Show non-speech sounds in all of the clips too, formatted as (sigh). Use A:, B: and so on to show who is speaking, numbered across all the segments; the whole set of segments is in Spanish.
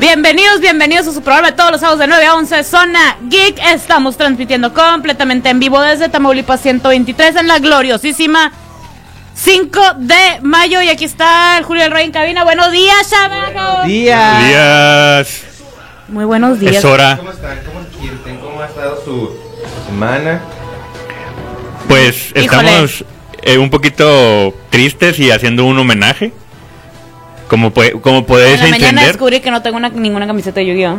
A: Bienvenidos, bienvenidos a su programa de todos los sábados de 9 a 11, Zona Geek. Estamos transmitiendo completamente en vivo desde Tamaulipas 123 en la gloriosísima 5 de mayo. Y aquí está el Julio del Rey en cabina. Buenos días, chamacos.
B: Días.
C: Días.
A: Muy buenos días.
C: Es hora.
B: ¿Cómo están? ¿Cómo se sienten? ¿Cómo ha estado su semana?
C: Pues
A: Híjole.
C: estamos eh, un poquito tristes y haciendo un homenaje. Como, pue- como
A: En
C: podéis
A: la mañana
C: entender.
A: descubrí que no tengo una- ninguna camiseta de Yu-Gi-Oh.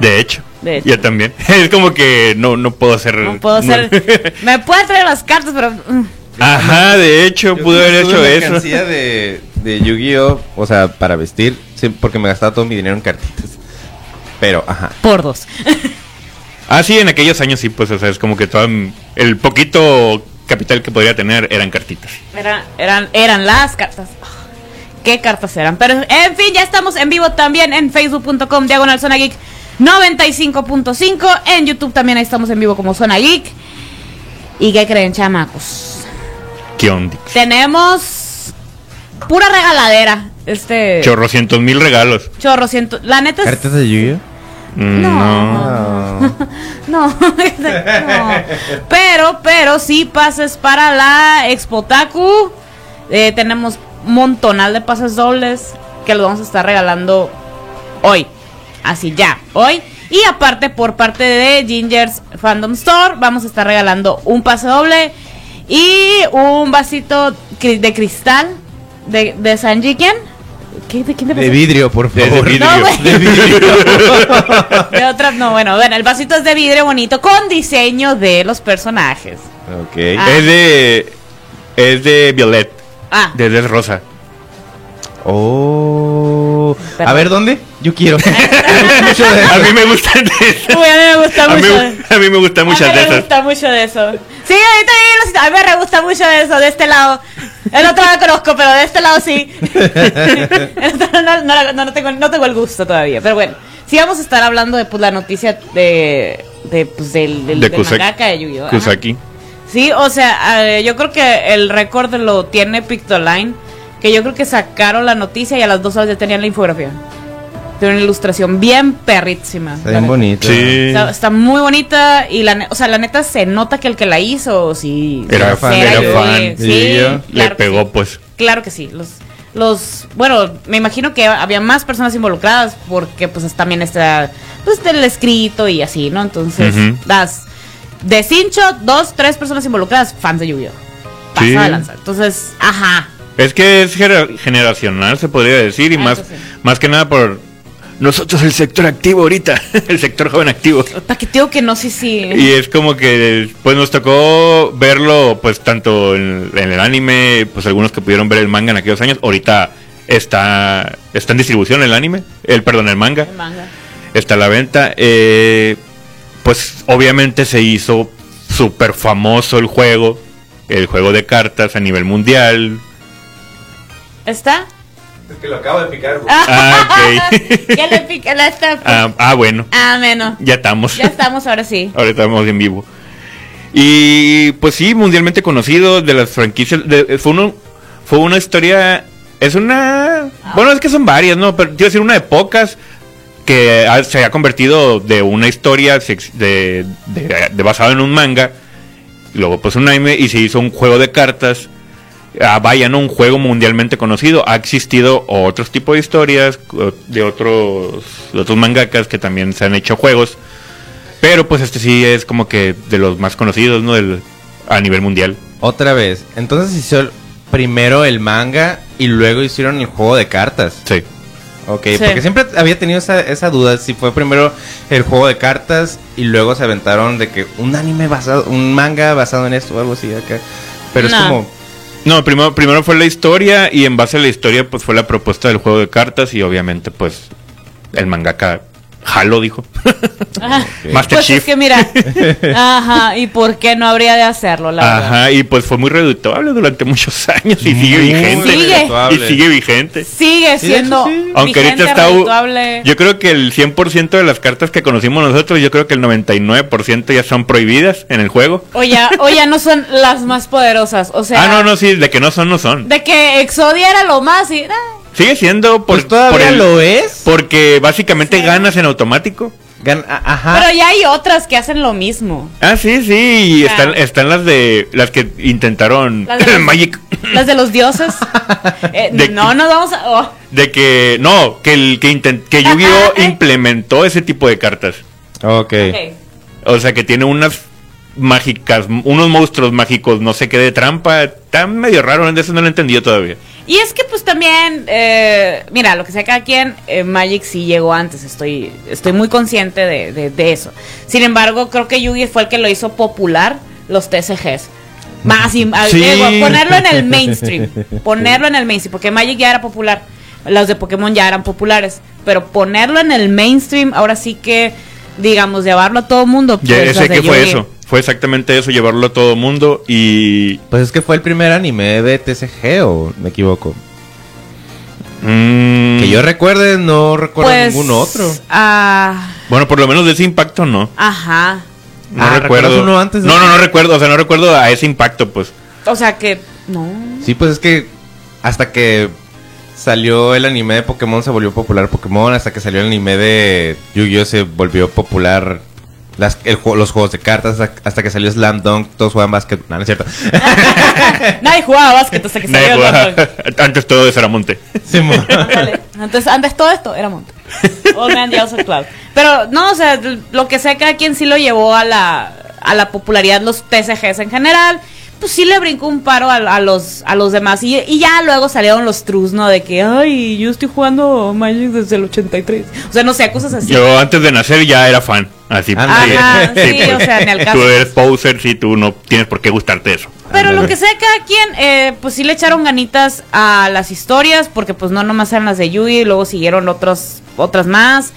C: De hecho.
A: De hecho.
C: Yo también. (laughs) Es como que no, no puedo ser.
A: No puedo ser. Me puede traer las cartas, pero. mm,
C: (laughs) Ajá, de hecho, pude
B: tuve-
C: haber
B: tuve
C: hecho
B: mercancía
C: eso.
B: de, de Yu-Gi-Oh! O sea, para vestir, sí, porque me gastaba todo mi dinero en cartitas. Pero, ajá.
A: Por dos.
C: Ah, sí, en aquellos años sí, pues, o sea, es como que todo el poquito capital que podría tener eran cartitas.
A: Era- eran, eran las cartas. Ah, ¿Qué cartas eran? Pero en fin, ya estamos en vivo también en facebook.com diagonal zona geek 95.5. En YouTube también ahí estamos en vivo como zona geek. ¿Y qué creen, chamacos?
C: ¿Qué onda?
A: Tenemos pura regaladera. Este
C: Chorrocientos mil regalos.
A: chorro ciento. La neta es.
B: ¿Cartas de Yu-Gi-Oh!
C: Mm,
A: No. (laughs) No, no. Pero, pero sí pases para la Expotaku. Eh, tenemos montonal de pases dobles que los vamos a estar regalando hoy. Así ya, hoy. Y aparte, por parte de Ginger's Fandom Store, vamos a estar regalando un pase doble y un vasito cri- de cristal de, de San Jiken. ¿Qué? ¿De quién te
B: De
A: pasó?
B: vidrio, por
C: de- de
B: favor.
C: vidrio.
A: No, güey.
B: (laughs) De vidrio.
A: (laughs) De otras no, bueno, bueno, el vasito es de vidrio bonito con diseño de los personajes.
B: ok.
A: Ah.
C: Es de. Es de Violet.
A: Ah,
C: De Des Rosa.
B: Oh. A
A: Perdón.
B: ver, ¿dónde?
A: (laughs)
B: Yo quiero. Mucho de-
C: A mí me gustan de esas.
A: uy, a mí me gusta
C: (laughs) A mí,
A: mucho.
C: a mí me gustan
A: a
C: muchas
A: mí
C: de
A: me
C: esas.
A: gusta mucho de eso. Sí, ahorita ahí los- a mí me re gusta mucho de eso, de este lado. El otro no lo conozco, pero de este lado
C: (laughs)
A: sí. (laughs) El otro no, no la- no- no tengo, no tengo el gusto todavía, pero bueno. Sí vamos a estar hablando de pues, la noticia de, de pues, del, del,
C: De
A: del
C: Kusaki-
A: mangaka de Yu-Gi-Oh! ajá.
C: Kusaki.
A: Sí, o sea, eh, yo creo que el récord lo tiene Pictoline, que yo creo que sacaron la noticia y a las dos horas ya tenían la infografía. Tiene una ilustración bien perrísima.
B: Está bien bonito.
C: Sí.
A: Está, está muy bonita y la, ne- o sea, la neta se nota que el que la hizo sí
C: Era
B: Era
C: fan.
B: fan,
C: Era
B: yo-
C: fan.
B: sí, yo-
C: Le
A: claro que
C: pegó,
A: sí.
C: pues.
A: Claro que sí. Los los bueno, me imagino que había más personas involucradas porque pues también está pues del escrito y así, ¿no? Entonces,
C: Ujú.
A: das de cincho, dos, tres personas involucradas, fans de Yu-Gi-Oh. Pasa
C: Sí.
A: de lanza. Entonces, ajá.
C: Es que es gener- generacional, se podría decir, y
A: Ah,
C: más,
A: eso sí.
C: más que nada por nosotros el sector activo ahorita, (laughs) el sector joven activo.
A: Pa' que te digo que no sí sí.
C: Y es como que pues nos tocó verlo pues tanto en, en el anime, pues algunos que pudieron ver el manga en aquellos años, ahorita está está en distribución el anime, el perdón, el manga.
A: El manga.
C: está a la venta. eh, pues obviamente se hizo súper famoso el juego, el juego de cartas a nivel mundial.
A: ¿Está?
B: Es que lo acabo de picar. güey.
C: Ah,
A: (laughs)
C: ok.
A: ya le pica la estafa.
C: Ah, ah, bueno,
A: Ah, menos.
C: ya estamos.
A: Ya estamos ahora sí.
C: Ahora estamos en vivo. Y pues sí, mundialmente conocido de las franquicias. de- fue, uno, fue una historia. Es una. Bueno, es que son varias, ¿no? Pero quiero decir, una de pocas que ha- se ha convertido de una historia sex- de, de- de basado en un manga. y Luego, pues un anime y se hizo un juego de cartas. Ah, vaya, no un juego mundialmente conocido. Ha existido otros tipos de historias o- de otros, de otros mangakas que también se han hecho juegos. Pero pues este sí es como que de los más conocidos, ¿no? Del, a nivel mundial.
B: Otra vez. Entonces hizo primero el manga y luego hicieron el juego de cartas.
C: Sí.
B: Ok,
A: Sí.
B: porque siempre había tenido esa, esa duda si fue primero el juego de cartas y luego se aventaron de que un anime basado, un manga basado en esto o algo así acá. Pero
A: No.
B: es como,
C: No, primero, primero fue la historia y en base a la historia pues fue la propuesta del juego de cartas y obviamente pues el mangaka Halo dijo.
A: Ajá.
C: Master
A: Pues
C: Chief.
A: es que mira,
C: (laughs)
A: ajá, y por qué no habría de hacerlo, la verdad.
C: Ajá, y pues fue muy redituable durante muchos (laughs) años y sigue
B: Muy
C: vigente.
A: Sigue.
C: Y
B: redituable.
C: sigue vigente.
A: Sigue
B: Sí, de
A: siendo
B: hecho, sí.
C: Aunque ahorita
A: vigente,
C: está... u-
A: redituable.
C: Yo creo que el 100% de las cartas que conocimos nosotros, yo creo que el 99% ya son prohibidas en el juego.
A: O ya, o ya no son las más poderosas, o sea,
C: ah, no, no, sí, de que no son, no son.
A: de que Exodia era lo más y ah,
C: Sigue siendo por,
B: pues todavía
C: por el-
B: lo es.
C: porque básicamente ganas en automático.
B: Gan- a- ajá.
A: Pero ya hay otras que hacen lo mismo.
C: Ah, sí, sí, y
A: Ah.
C: están, están las de las que intentaron
A: Las de los-
C: (laughs) Magic
A: Las de los
C: (laughs)
A: dioses. Eh,
C: De-
A: no, nos vamos a. oh.
C: de que no, que el que intent- que Yu-Gi-Oh
A: Ajá, eh.
C: implementó ese tipo de cartas.
B: ok.
A: Ok.
C: O sea, que tiene unas mágicas, unos monstruos mágicos, no sé qué de trampa, tan medio raro, de eso no lo he entendido todavía.
A: Y es que pues también, eh, mira, lo que sea cada quien, eh, Magic sí llegó antes, estoy, estoy muy consciente de, de- de eso. Sin embargo, creo que Yugi fue el que lo hizo popular los TCGs. Más y, a-
C: Sí.
A: digo, ponerlo en el
C: (laughs)
A: mainstream, ponerlo en el mainstream, porque Magic ya era popular, los de Pokémon ya eran populares, pero ponerlo en el mainstream, ahora sí que, digamos, llevarlo a todo mundo.
C: Ya
A: pues,
C: sé
A: las de
C: que fue
A: Yu-Gi.
C: eso. Fue exactamente eso, llevarlo a todo mundo y
B: Pues es que fue el primer anime de TCG o me equivoco.
C: mm,
B: Que yo recuerde, no recuerdo
A: Pues,
B: ningún otro.
A: ah,
C: bueno, por lo menos de ese impacto no.
A: ajá.
C: No
B: Ah,
C: recuerdo.
B: ¿recuerdas uno antes de-
C: no, no, no recuerdo, o sea, no recuerdo a ese impacto, pues.
A: O sea que, no.
B: Sí, pues es que hasta que salió el anime de Pokémon se volvió popular Pokémon, hasta que salió el anime de Yu-Gi-Oh se volvió popular las, el juego- los juegos de cartas, hasta, hasta que salió Slam Dunk, todos juegan básquet, no, no es cierto.
A: (laughs)
B: (laughs)
A: Nadie jugaba básquet hasta que
C: Nadie
A: salió el
C: jugaba-
A: Dunk Dunk.
C: (laughs) Antes todo de Saramonte.
B: Simón.
A: Ándale. Entonces, antes todo esto era Monte. Old Man Yells at Cloud. Pero, no, o sea, lo que sea, cada quien sí lo llevó a la, a la popularidad los TCGs en general. Pues sí le brincó un paro a, a los, a los demás. Y, y ya luego salieron los trus, ¿no? De que, ay, yo estoy jugando Magic desde el 83. O sea, no sé, cosas así.
C: Yo antes de nacer ya era fan. Así
B: Ándale.
A: Ajá, sí,
C: pues,
A: o sea, ni al caso.
C: Tú eres poser si tú no tienes por qué gustarte eso.
A: Pero lo que sea cada quien, eh, pues sí le echaron ganitas a las historias, porque pues no nomás eran las de Yugi, luego siguieron otros, otras más.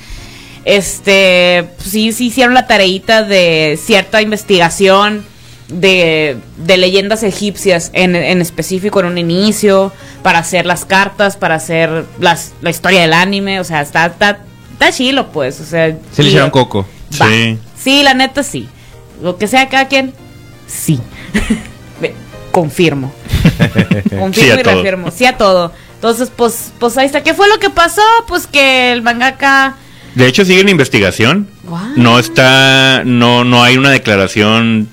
A: Este, pues, sí, sí hicieron la tareita de cierta investigación de, de leyendas egipcias en, en específico en un inicio, para hacer las cartas, para hacer las, la historia del anime, o sea, está, está, está chilo pues, o sea.
B: Se le
A: y-
B: hicieron coco. (laughs)
A: Va.
C: Sí.
A: Sí, la neta sí. Lo que sea cada quien, sí. (laughs) Ve, Confirmo. Confirmo
C: Sí a
A: y
C: todo.
A: reafirmo. Sí a todo. Entonces, pues, pues ahí está. ¿Qué fue lo que pasó? Pues que el mangaka.
C: De hecho, sigue la investigación.
A: Guau.
C: No está. No, no hay una declaración.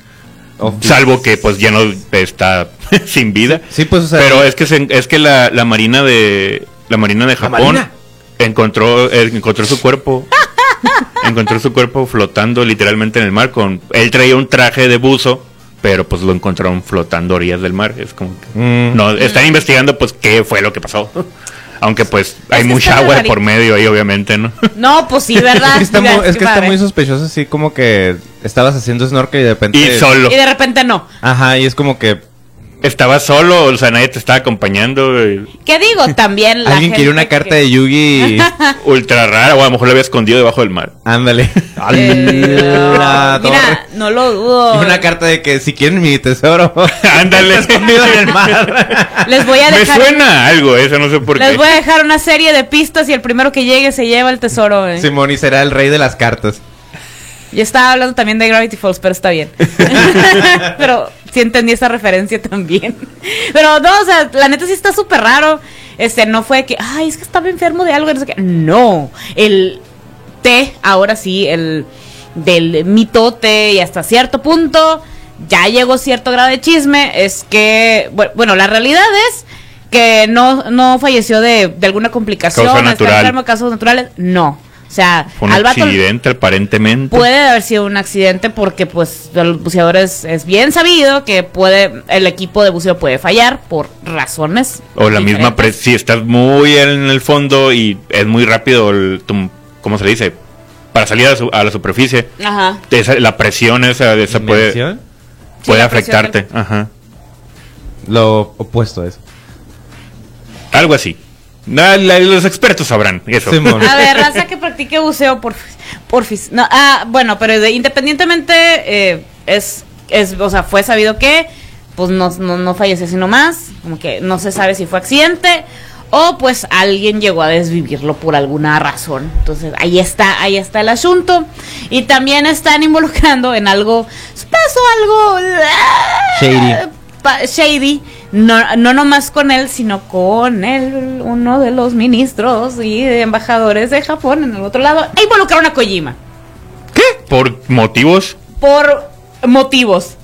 C: Salvo que, pues, ya no está (laughs) sin vida.
B: Sí, pues, o sea,
C: Pero es que, se- es que la, la marina de. La marina de Japón.
B: marina?
C: Encontró, eh, encontró su cuerpo. (laughs) encontró su cuerpo flotando literalmente en el mar. Con, él traía un traje de buzo. Pero pues lo encontraron flotando a orillas del mar. Es como que-
B: Mm.
C: No, están investigando pues qué fue lo que pasó. (laughs) Aunque pues hay
A: que
C: mucha
A: está
C: agua de
A: rarito.
C: por medio ahí obviamente, ¿no? (laughs)
A: No, pues sí, ¿verdad?
B: (laughs) Es que está,
A: Mira,
B: muy, es que está
A: padre.
B: muy sospechoso, así como que estabas haciendo snorkel y de repente.
C: Y solo.
A: Y de repente no.
B: Ajá, y es como que
C: Estaba solo, o sea, nadie te estaba acompañando. eh,
B: (laughs)
C: y-
A: ¿Qué digo? También la
B: alguien quiere
A: gente
B: una carta
A: que- (laughs)
B: de Yugi. y-
C: Ultra rara, o a lo mejor lo había escondido debajo del mar. (laughs)
B: Ándale. (laughs)
A: Eh, no, mira, oh.
B: La torre.
A: no lo
B: Y
A: dudo.
B: una carta de que si quieren mi tesoro. (laughs)
C: Ándale.
B: Está escondido en
A: (laughs)
B: el mar.
A: Les voy a
C: (laughs) Me
A: dejar.
C: suena a algo, eso no sé por
A: Les
C: qué.
A: voy a dejar una serie de pistas y el primero que llegue se lleva el tesoro. eh.
B: Simón y será el rey de las cartas.
A: Yo estaba hablando también de Gravity Falls, pero está bien. (laughs) pero sí entendí esa referencia también. Pero no, o sea, la neta sí está súper raro. Este, no fue que, ay, es que estaba enfermo de algo. No, sé qué. no el té, ahora sí, el del mitote y hasta cierto punto, ya llegó cierto grado de chisme. Es que, bu- bueno, la realidad es que no, no falleció de, de alguna complicación,
C: Causa
A: está
C: natural.
A: enfermo de casos naturales, no. O sea,
C: Fue un
A: al vato-
C: accidente aparentemente.
A: Puede haber sido un accidente porque pues de los buceadores es bien sabido que puede el equipo de buceo puede fallar por razones.
C: O la misma
A: diferentes.
C: presión. Si estás muy en el fondo y es muy rápido, el, tu- ¿cómo se le dice? Para salir a, la su- a la superficie,
A: Ajá.
C: esa- la presión esa, esa puede,
B: Invención,
A: Sí,
C: puede
A: la presión del-
C: afectarte. Ajá.
B: Lo opuesto a eso.
C: Algo así. Na- la- los expertos sabrán eso.
B: Simón.
A: A ver, raza que practique buceo, porfis. porfis. No, ah, bueno, pero de- independientemente, eh, es, es, o sea, fue sabido que, pues no, no, no falleció sino más, como que no se sabe si fue accidente o pues alguien llegó a desvivirlo por alguna razón. Entonces, ahí está, ahí está el asunto. Y también están pues, involucrando en algo, pasó algo... ah,
B: Shady.
A: pa- shady no, no nomás con él, sino con él, uno de los ministros y embajadores de Japón en el otro lado, e involucraron a Kojima.
C: (laughs) ¿Qué? ¿Por motivos?
A: Por motivos.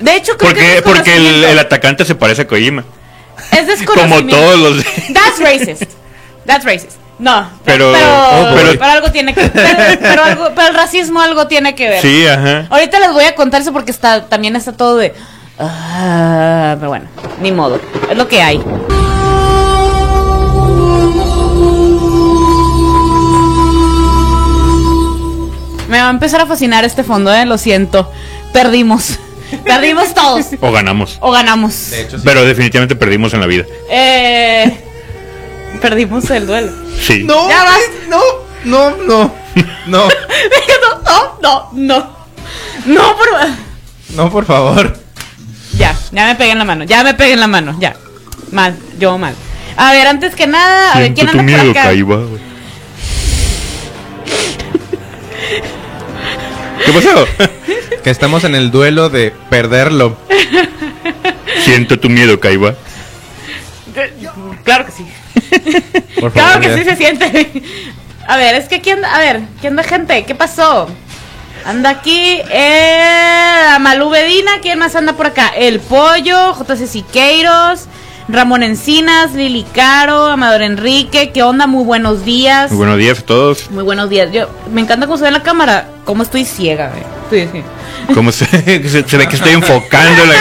A: De hecho, creo que
C: Porque,
A: es
C: porque el,
A: desconocimiento.
C: el atacante se parece a Kojima.
A: es
C: Como
A: desconocimiento.
C: todos los.
A: That's racist. That's racist. No,
C: Pero-
A: pero,
C: oh,
A: pero,
C: boy.
A: pero algo tiene que pero, pero algo- pero el racismo algo tiene que ver.
C: sí, ajá.
A: Ahorita les voy a contar eso porque está, también está todo de. ah, pero bueno, ni modo. Es lo que hay. Me va a empezar a fascinar este fondo, eh, lo siento. (laughs) Perdimos. Perdimos todos.
C: O ganamos.
A: O ganamos.
B: De hecho, sí.
C: Pero definitivamente perdimos en la vida.
A: Eh, perdimos el duelo.
C: Sí.
B: No,
A: Ya vas.
B: eh, no, no, no, no,
A: no, (laughs) no, no, no. No, por
B: no, por favor.
A: Ya, ya me pegué en la mano, ya me pegué en la mano, ya. Mal, yo mal. A ver, antes que nada, a ver, ¿quién anda por acá?
C: Caiba, güey. ¿Qué pasó?
B: Que estamos en el duelo de perderlo.
C: Siento tu miedo, Caiba.
A: Eh, Claro que sí.
B: Por favor,
A: Claro que
B: ya.
A: sí se siente. (laughs) A ver, es que aquí anda, a ver, ¿qué anda gente? ¿Qué pasó? Anda aquí eh, Malú Bedina, ¿quién más anda por acá? El Pollo, JC Siqueiros, Ramón Encinas, Lili Caro, Amador Enrique, ¿qué onda? Muy buenos días.
C: Muy buenos días a todos.
A: Muy buenos días. Yo me encanta cómo se ve en la cámara, cómo estoy ciega, güey. Estoy así.
C: ¿Cómo se, se, se ve que estoy enfocando
A: (laughs)
C: la...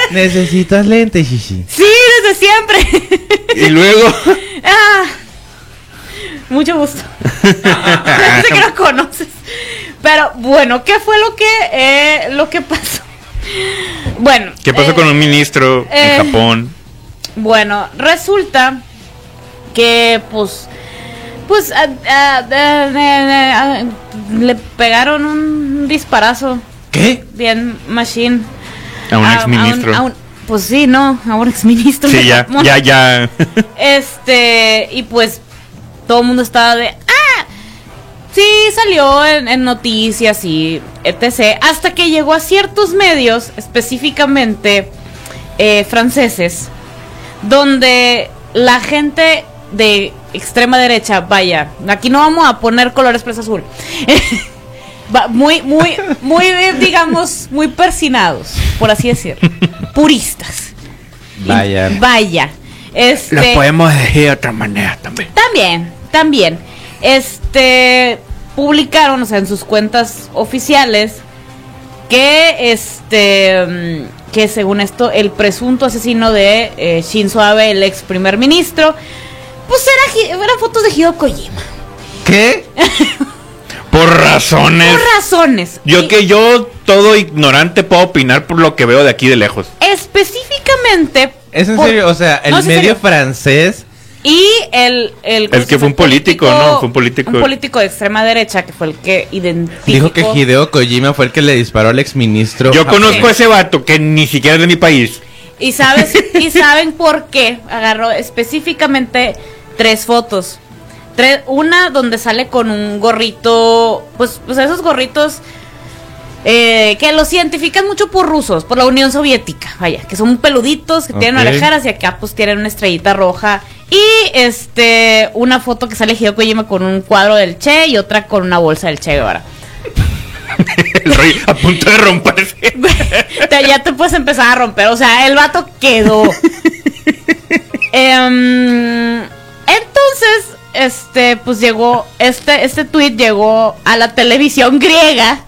C: (laughs)
B: Necesitas lentes, Shishi.
A: Sí, desde siempre. (laughs)
C: Y luego...
A: Ah, mucho gusto. (laughs) Ya sé que lo conoces. Pero bueno, ¿qué fue lo que eh, lo que pasó? Bueno,
C: ¿Qué pasó
A: eh,
C: con un ministro
A: eh.
C: en Japón?
A: Bueno, resulta que pues pues ah, ah, ah, ah, ah, le pegaron un disparazo
B: ¿Qué?
A: bien machine Ah,
C: A un
A: a-
C: exministro.
A: a un- a un- pues sí, no, a un exministro. de
C: Sí, ya,
A: Japón.
C: ya, ya.
A: (laughs) Este, y pues todo el mundo estaba de, ¡ah! Sí, salió en, en noticias y etc. Hasta que llegó a ciertos medios, específicamente eh, franceses, donde la gente de extrema derecha, vaya, aquí no vamos a poner colores presa azul. (laughs) Va- muy, muy, muy, eh, digamos, muy persinados, por así decir. Puristas.
B: Vaya.
A: Vaya. Este,
C: decir de otra manera también.
A: también, también. Este publicaron, o sea, en sus cuentas oficiales que este mm, que según esto el presunto asesino de eh, Shinzo Abe, el ex primer ministro, pues era Hi- eran fotos de Hideo Kojima.
B: ¿Qué?
C: Por razones.
A: Por razones.
C: Yo
A: Y
C: que yo, todo ignorante, puedo opinar por lo que veo de aquí de lejos.
A: específicamente
B: ¿Es en
A: por-
B: serio? O sea, el
A: No, es en
B: medio
A: serio.
B: francés.
A: Y el, el,
C: que
A: ¿cómo se
C: fue un
A: llama?
C: político, ¿no? Fue un político.
A: Un político de extrema derecha que fue el que identificó.
B: Dijo que Hideo Kojima fue el que le disparó al exministro.
C: Yo
B: Ah,
C: conozco
A: ok.
C: a ese vato que ni siquiera es de mi país.
A: Y sabes, y saben por qué agarró específicamente tres fotos. Tres, una donde sale con un gorrito, pues, pues esos gorritos eh, que los identifican mucho por rusos, por la Unión Soviética, vaya, que son peluditos, que tienen
B: Ok.
A: orejeras y acá pues tienen una estrellita roja. Y este, una foto que sale Hideo Kojima con un cuadro del Che y otra con una bolsa del Che Guevara.
C: El rey a punto de romperse.
A: Te- (laughs) ya te puedes empezar a romper. O sea, el vato quedó. Em, entonces, este, pues llegó, este, este tweet llegó a la televisión griega.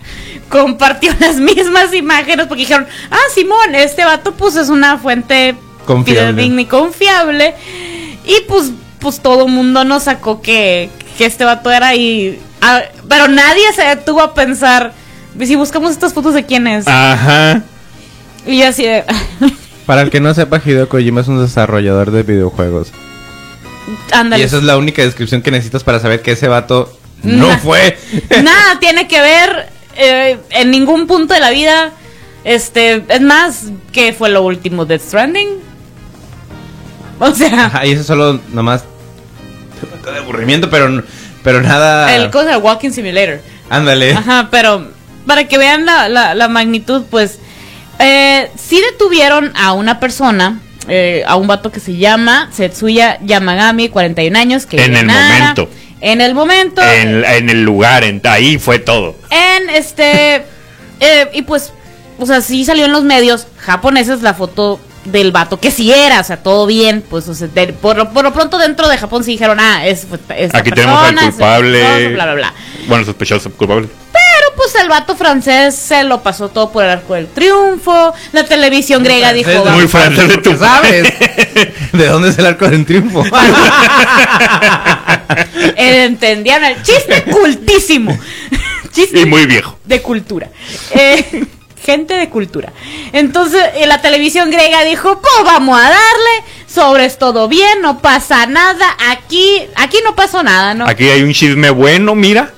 A: Compartió (laughs) las mismas imágenes porque dijeron, ah, Simón, este vato pues es una fuente
B: Confiable.
A: fidedigna y confiable. Y pues, pues todo el mundo nos sacó que, que este vato era y... ah, pero nadie se detuvo a pensar, si buscamos estas fotos de quién
B: Ah,
A: es.
C: Ajá.
A: Y yo así de... (laughs)
B: Para el que no sepa, Hideo Kojima es un desarrollador de videojuegos.
A: Ándale.
B: Y esa es la única descripción que necesitas para saber que ese vato no
A: Nah.
B: fue.
A: Nada tiene que ver eh, en ningún punto de la vida. Este, es más, que fue lo último Death Stranding? O sea,
B: Ajá, y eso solo nomás de aburrimiento, pero, pero nada.
A: el cosa del
C: Eh.
A: Walking Simulator.
B: Ándale.
A: Ajá, pero para que vean la, la- la magnitud, pues Eh, sí detuvieron a una persona, eh, a un vato que se llama Setsuya Yamagami, 41 años, que
C: En
A: vive
C: el
A: Nara.
C: momento.
A: En el momento.
C: En, en el lugar, en, ahí fue todo.
A: En este. eh, y pues, o sea, sí salió en los medios japoneses la foto del vato que sí era, o sea, todo bien. Pues, o sea, de- por, lo- por lo pronto dentro de Japón sí dijeron, ah, es. esta
C: Aquí tenemos al
A: persona, es-
C: culpable.
A: Bla, bla, bla.
C: Bueno, sospechoso, culpable.
A: Pero pues el vato francés se lo pasó todo por el arco del triunfo. La televisión griega dijo, "Ah,
B: Francés,
A: "Vamos".
C: Muy francés de
B: porque
C: tu
B: ¿Sabes? (laughs) ¿De dónde es el arco del triunfo?
A: eh, entendían el chiste cultísimo.
C: (laughs)
A: (laughs) chiste
C: Y muy viejo.
A: de cultura. Eh, (laughs) gente de cultura. Entonces, eh, la televisión griega dijo, pues vamos a darle, sobres todo bien, no pasa nada, aquí, aquí no pasó nada, ¿no? Mm.
C: Aquí hay un chisme bueno, mira.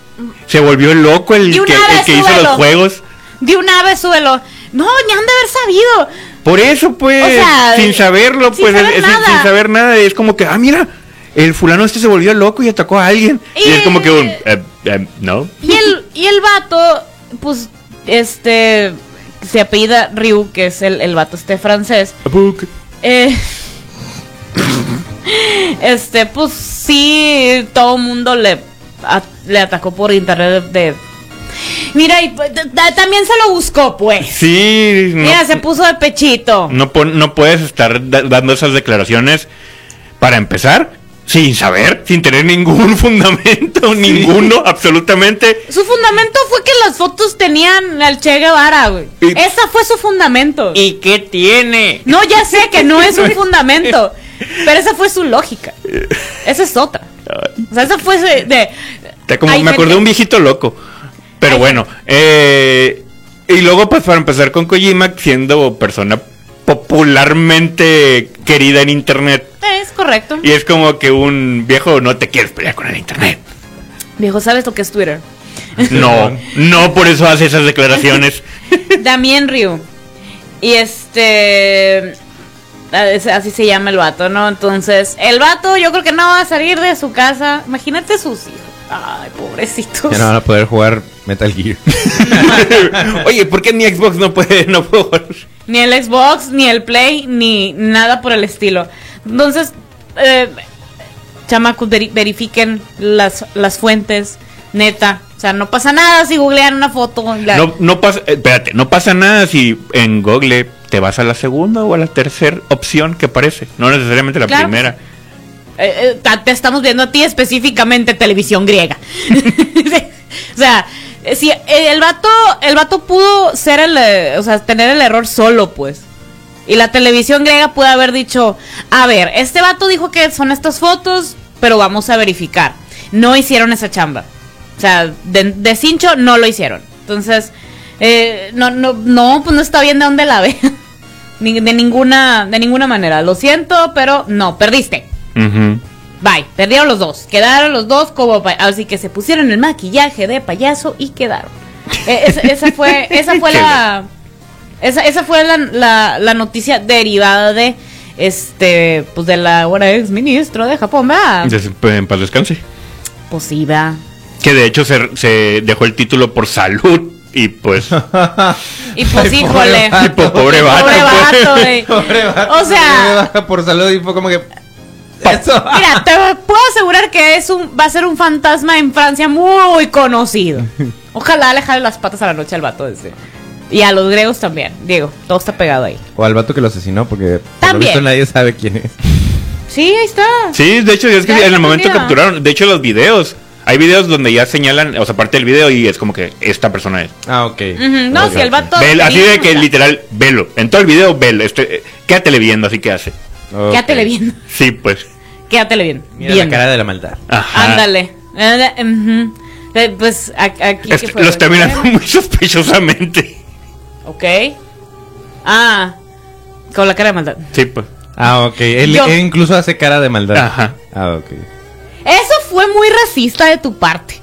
C: Se volvió loco el
A: Y una
C: que, el
A: vez
C: que hizo
A: súbelo.
C: los juegos.
A: De una vez suelo. No, ya han de haber sabido.
C: Por eso, pues,
A: O sea,
C: sin saberlo,
A: sin
C: pues,
A: saber
C: es- es-
A: nada.
C: sin saber nada, es como que, ah, mira, el fulano este se volvió loco y atacó a alguien. Y,
A: Y-
C: es como que un, eh, eh, no.
A: Y el, y el vato, pues, este, se apellida Ryu, que es el, el vato este francés. Eh, este, pues sí, todo el mundo le, a- le atacó por internet de... Mira, y pues, ta- ta- también se lo buscó, pues.
C: Sí, no,
A: Mira, se puso de pechito.
C: no pon- no puedes estar da- dando esas declaraciones para empezar sin saber, sin tener ningún (laughs) fundamento, ninguno, absolutamente.
A: Su fundamento fue que las fotos tenían al Che Guevara, güey.
C: Y-
A: Esa fue su fundamento.
C: ¿Y qué tiene?
A: No, ya sé que no es
C: (laughs)
A: un fundamento. Pero esa fue su lógica. Esa es otra. O sea, esa fue de. de-
C: Está como,
A: Hay
C: me acordé
A: gente-
C: de un viejito loco. Pero
A: Hay
C: bueno, eh, y luego pues para empezar con Kojima siendo persona popularmente querida en internet.
A: Es correcto.
C: Y es como que un viejo no te quieres pelear con el internet.
A: (laughs) Viejo, ¿sabes lo que es Twitter?
C: No, no por eso hace esas declaraciones.
A: Damien Ryu. Y este. a- es- Así se llama el vato, ¿no? Entonces, el vato yo creo que no va a salir de su casa. Imagínate sus hijos. Ay, pobrecitos.
B: (laughs) ya no van a poder jugar Metal Gear.
C: (laughs) Oye, ¿por qué mi Xbox no puede, no puedo jugar?
A: Ni el Xbox, ni el Play, ni nada por el estilo. Entonces, eh, chamacos, veri- verifiquen las, las fuentes, neta. O sea, no pasa nada si googlean una foto. la-
C: No, no pasa, eh, espérate, no pasa nada si en Google te vas a la segunda o a la tercera opción que aparece. No necesariamente la
A: Claro.
C: primera.
A: Eh, eh, ta- te estamos viendo a ti específicamente televisión griega. (laughs) o sea, eh, si eh, el vato, el vato pudo ser el, eh, o sea, tener el error solo, pues. Y la televisión griega pudo haber dicho, a ver, este vato dijo que son estas fotos, pero vamos a verificar. No hicieron esa chamba. O sea, de, de cincho no lo hicieron. Entonces, eh, no, no, no, pues no está bien de dónde la (laughs) ve. Ni- de ninguna, de ninguna manera. Lo siento, pero no, perdiste.
C: Ujú.
A: Bye, perdieron los dos. Quedaron los dos como. pa- Así que se pusieron el maquillaje de payaso y quedaron. Eh, esa, esa fue, esa fue la. Esa, esa fue la, la- la noticia derivada de. Este. Pues de la ahora ex ministro de Japón, ¿verdad?
C: Entonces, pues, en paz descanse.
A: Pues sí, va.
C: Que de hecho se, se dejó el título por salud y pues...
A: (laughs) Y pues
B: (laughs) Ay,
A: híjole.
B: pobre vato.
C: Tipo, pobre vato.
A: Pobre
C: pues.
A: vato, güey.
B: (laughs) Pobre vato,
A: (laughs) O sea-
B: me baja por salud y fue como que. Eso.
A: (laughs) Mira, te puedo asegurar que es un, va a ser un fantasma en Francia muy conocido. Ojalá le jale las patas a la noche al vato ese. Y a los griegos también, Diego. Todo está pegado ahí.
B: O al vato que lo asesinó, porque por lo
A: También.
B: visto nadie sabe quién es.
A: Sí, ahí está.
C: Sí, de hecho, es que
A: Ya
C: en
A: está
C: el momento
A: escondida.
C: capturaron, de hecho los videos, hay videos donde ya señalan, o sea, parte del video y es como que esta persona es.
B: Ah, ok.
A: Ujú, no,
B: Ok,
A: si el
B: ok.
A: vato- Todo
C: Velo, así
A: bien,
C: de que
A: o sea.
C: literal, velo. En todo el video, velo. Este, eh, quédatele viendo, así que hace.
B: Ok.
A: Quédatele viendo.
C: Sí, pues.
A: Quédatele bien.
B: Mira
A: bien.
B: la cara de la maldad.
C: Ajá.
A: Ándale. Ándale, ujú. Eh, Pues a- aquí.
C: Este,
A: ¿qué fue?
C: los terminaron muy (laughs) sospechosamente.
A: Ok. Ah. Con la cara de maldad.
C: Sí, pues.
B: Ah, ok. Él,
A: Yo-
B: él incluso hace cara de maldad.
C: Ajá.
B: Ah, ok.
A: Eso fue muy racista de tu parte.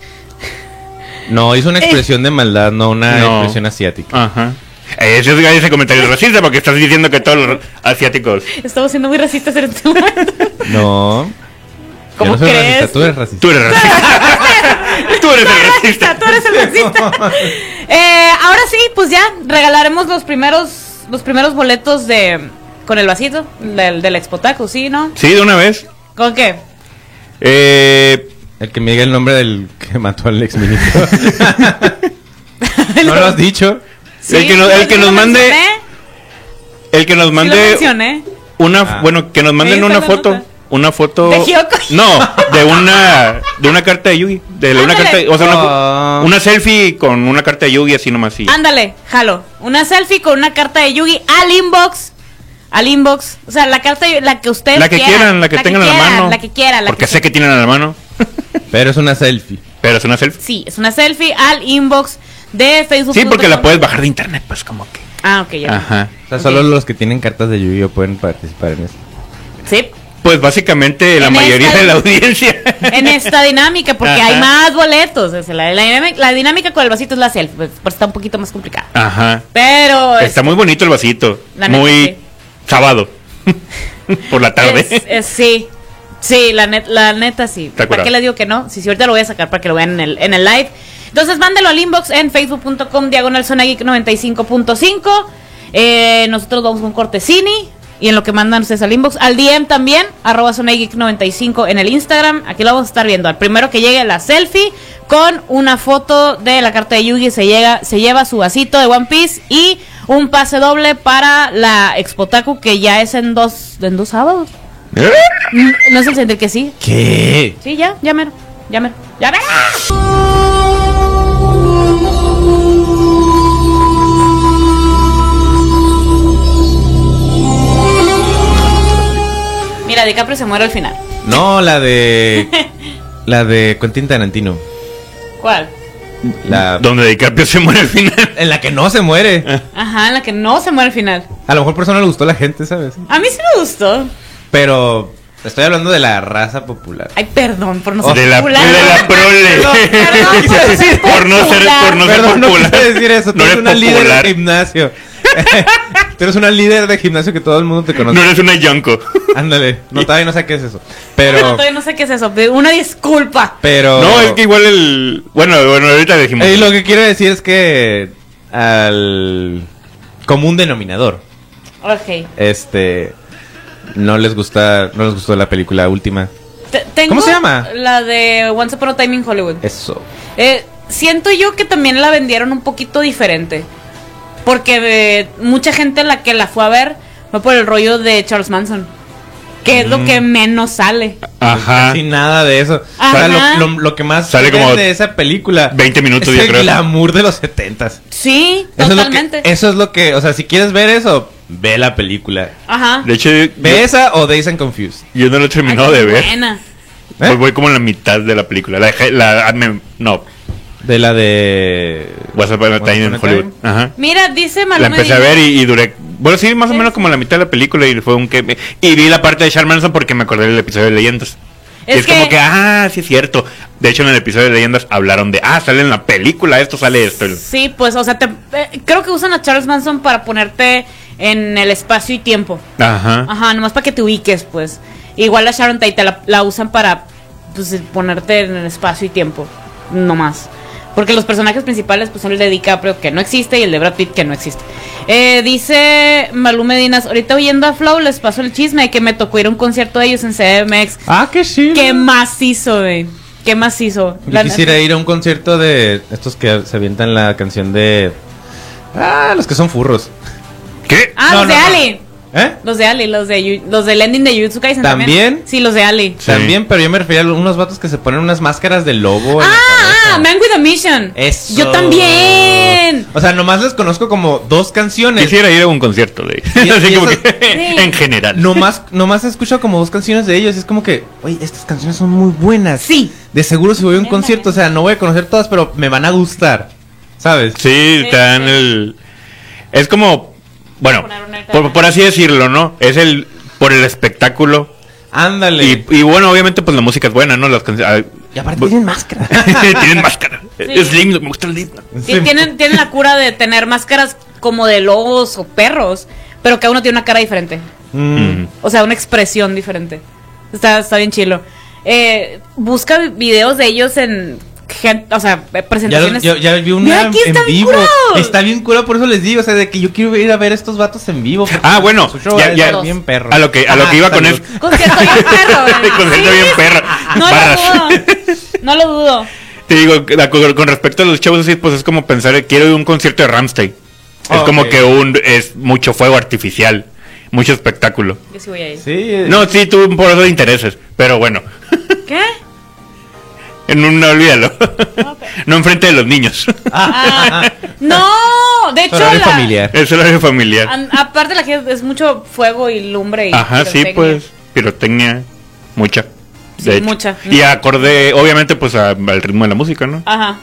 B: No, hizo
A: Eh.
B: una expresión de maldad, no una
C: No.
B: expresión asiática.
C: Ajá. Ese, Eh, ese comentario es racista porque estás diciendo que todos los asiáticos.
A: Estamos siendo muy racistas en este momento.
B: No. Yo
A: ¿Cómo
B: no soy
A: crees?
B: racista, tú eres racista.
C: Tú eres racista.
A: (laughs)
C: Tú eres el
A: racista, (laughs)
C: racista.
A: tú eres el racista. Eh, ahora sí, pues ya regalaremos los primeros los primeros boletos de con el vasito del, del Expotaco, ¿sí, no?
C: Sí, de una vez.
A: ¿Con qué?
C: Eh,
B: El que me diga el nombre del que mató al exministro.
A: (laughs)
B: (laughs) ¿No lo has dicho?
C: El que no- el que
A: sí lo
C: nos mande-
A: mencioné,
C: el que nos
A: sí lo
C: mande
A: mencioné.
C: una,
B: Ah.
C: bueno, que nos
A: Ahí
C: manden
A: está
C: una
A: la
C: foto,
A: nota.
C: una foto.
A: ¿De Kyoko?
C: (laughs) No, de una, de una carta de Yugi, de la- una
A: Ándale.
C: carta, o sea, una,
B: Ah.
C: una selfie con una carta de Yugi así nomás y.
A: Ándale, jalo. Una selfie con una carta de Yugi al inbox. Al inbox. O sea, la carta la que ustedes
C: La que quieran, la que tengan en la
A: quieran,
C: mano.
A: La que quieran, la
C: Porque
A: que
C: sé que tienen en la mano,
B: Pero es una selfie.
C: pero es una selfie.
A: Sí, es una selfie al inbox de Facebook.
C: Sí, porque la puedes bajar de internet, pues como que.
A: Ah, ok, ya.
C: Ajá.
B: O sea, solo los que tienen cartas de Yu-Gi-Oh pueden participar en esto.
A: Sí.
C: Pues básicamente la
A: En
C: mayoría
A: esta- (laughs)
C: de la audiencia.
A: En esta dinámica, porque
C: Ajá.
A: hay más boletos. O sea, la, la dinámica, la dinámica con el vasito es la selfie, pues, por eso está un poquito más complicada.
C: Ajá.
A: Pero es-
C: Está muy bonito el vasito.
A: La neta,
C: muy
A: sí.
C: sábado. (laughs) Por la tarde.
A: es- eh, es- sí. Sí, la, net- la neta sí.
C: Está
A: ¿Para
C: curado.
A: qué le digo que no? Sí, sí, ahorita lo voy a sacar para que lo vean en el, en el live. Entonces, mándelo al inbox en facebook.com diagonal zona geek 95.5. Eh, nosotros vamos con cortesini. Y en lo que mandan ustedes al inbox, al DM también, arroba zona geek 95 en el Instagram. Aquí lo vamos a estar viendo. Al primero que llegue la selfie con una foto de la carta de Yugi, se, llega, se lleva su vasito de One Piece y un pase doble para la Expotaku, que ya es en dos, en dos sábados. Mm, No sé sentir que sí.
B: ¿Qué?
A: Sí, ya, ya mero. Ya mero. Ya mero. Mira, DiCaprio se muere al final.
B: No,
A: (laughs)
B: la de. La de Quentin Tarantino.
A: ¿Cuál?
B: La,
C: Donde DiCaprio se muere al final.
B: en la que no se
C: Ah.
B: muere.
A: Ajá, en la que no se muere al final.
B: A lo mejor por eso no le gustó a la gente, ¿sabes?
A: A mí sí me gustó.
B: Pero estoy hablando de la raza popular.
A: Ay, perdón por no ser
C: Oh, de, la,
A: popular.
C: de la prole.
A: (laughs) Perdón,
C: (laughs)
A: perdón por ser
C: por no ser por no ser
B: Perdón, no
C: popular.
B: quise decir eso. Tú
C: No
B: eres
C: eres
B: una líder
C: popular.
B: de gimnasio. (laughs) tú eres una líder de gimnasio que todo el mundo te
C: No
B: conoce.
C: eres una yanko.
B: Ándale. No, todavía no sé qué es eso.
A: (laughs) No,
B: Pero.
A: todavía no sé qué es eso. Una disculpa.
B: Pero.
C: No, es que igual el. Bueno, bueno, ahorita dijimos.
B: Eh, Oh. lo que quiero decir es que. Al. Común denominador.
A: Ok.
B: Este. No les gusta. No les gustó la película última.
A: Te- tengo
B: ¿Cómo se llama?
A: La de Once Upon a Time in Hollywood.
B: Eso.
A: Eh, siento yo que también la vendieron un poquito diferente. Porque eh, mucha gente la que la fue a ver fue por el rollo de Charles Manson. Que es lo que menos sale.
C: Ajá.
B: Sin nada de eso.
A: Ajá.
B: O sea, lo, lo- lo que más
C: Ah. Sale como
B: de esa película.
C: 20 minutos,
B: es
C: yo
B: el
C: creo.
B: glamour de los setentas.
A: Sí,
B: Eso es, lo
A: totalmente.
B: que, eso es lo que, o sea, si quieres ver eso, ve la película.
A: Ajá.
C: De hecho,
B: Ve
C: yo,
B: esa o Days and Confused.
C: yo no lo he
A: Ay,
C: terminado de
A: qué
C: ver. Pues
A: buena.
B: ¿Eh?
C: Voy, voy como en la mitad de la película. La dejé. La, ah, me- no.
B: De la de...
C: WhatsApp a Time
B: Upon
C: en
B: a
C: Hollywood.
B: Time.
C: Ajá.
A: Mira, dice
C: La
A: Maluma.
C: empecé a
A: Medina-
C: ver y, y duré. Bueno, sí, más o
A: Sí,
C: menos
A: sí.
C: como la mitad de la película y fue un que. me- Y vi la parte de Charles Manson porque me acordé del episodio de Leyendas. Y
A: Es
C: Es, como
A: que-
C: que, ah, sí es cierto. De hecho, en el episodio de Leyendas hablaron de, ah, sale en la película, esto sale esto.
A: Sí, pues, o sea, te- eh, creo que usan a Charles Manson para ponerte en el espacio y tiempo.
C: Ajá.
A: Ajá, nomás para que te ubiques, pues. Igual a Sharon Tate la, la usan para pues, ponerte en el espacio y tiempo, nomás. Porque los personajes principales pues, son el de DiCaprio, que no existe, y el de Brad Pitt, que no existe. Eh, dice Malú Medinas, ahorita oyendo a Flow les paso el chisme de que me tocó ir a un concierto de ellos en CDMX.
B: Ah, qué chido.
A: ¿Qué más hizo, güey? ¿Qué más hizo?
B: Yo quisiera ir a un concierto de estos que se avientan la canción de... Ah, los que son furros.
C: ¿Qué?
A: Ah,
B: No,
A: los de
B: no, no.
A: Ali.
B: ¿eh?
A: Los de Ali, los de Yu- los del ending de Jujutsu Kaisen también.
B: ¿También?
A: Sí, los de Ali.
C: Sí.
B: También, pero yo me refería a unos vatos que se ponen unas máscaras de lobo. en la
A: Ah,
B: cabeza.
A: Man with a Mission.
B: Eso.
A: Yo también.
B: O sea, nomás les conozco como dos canciones.
C: Quisiera ir a un concierto de
B: Y-
C: (laughs) Así
B: y
C: como
B: eso-
C: que,
A: Sí.
C: en general.
B: Nomás, nomás he escuchado como dos canciones de ellos y es como que, oye, estas canciones son muy buenas.
A: Sí.
B: De seguro si voy a un
A: Ven,
B: concierto, o sea, no voy a conocer todas, pero me van a gustar. ¿Sabes?
C: Sí,
A: Sí,
C: te dan
A: sí.
C: el. Es como. Bueno,
A: Poner una cara.
C: por, por así decirlo, ¿no? Es el. Por el espectáculo.
B: Ándale.
C: Y, y bueno, obviamente, pues la música es buena, ¿no? Las canciones. ah,
B: Y aparte
C: bu-
B: tienen máscara.
C: (laughs) tienen máscara.
A: Sí.
C: Slim, me gusta el Slim.
A: Y tienen, tienen la cura de tener máscaras como de lobos o perros, pero cada uno tiene una cara diferente.
B: Mm.
A: O sea, una expresión diferente. Está, está bien chilo. Eh, busca videos de ellos en gente, o sea,
B: Ya, lo-
A: presentaciones.
B: yo- ya vi
A: Mira,
B: una
A: aquí
B: en
A: está bien
B: vivo.
A: curado.
B: Está bien curado, por eso les digo, o sea, de que yo quiero ir a ver a estos vatos en vivo. porque
C: Ah, bueno,
B: su show
C: ya-
B: es
C: ya-
B: bien perro.
C: a lo que- a lo
B: Ah,
C: que iba con
B: salud.
C: es-
A: Concierto bien
B: (laughs)
A: perro, ¿verdad?
C: Con gente bien perra.
A: No lo
C: Barras.
A: dudo. No lo dudo.
C: Te digo, que la- con con respecto a los chavos, sí, pues es como pensar, eh, quiero ir a un concierto de Ramstein. Es
B: Ah,
C: como
B: ok.
C: que un es mucho fuego artificial, mucho espectáculo.
A: Yo sí voy a ir.
B: Sí.
C: No, sí, tú por eso te intereses, pero bueno,
A: ¿Qué?
C: en un, no olvídalo.
A: Ok.
C: (laughs) No enfrente de los
B: (laughs)
C: niños.
A: Ah, no, de hecho
B: Horario
A: la,
B: familiar.
C: Es horario familiar.
A: an- aparte la gente es mucho fuego y lumbre y
C: Ajá, sí,
A: pirotecnia.
C: pues pirotecnia mucha.
A: Sí,
C: de hecho.
A: mucha.
C: Y acorde, obviamente, pues a- al ritmo de la música, ¿no?
A: Ajá.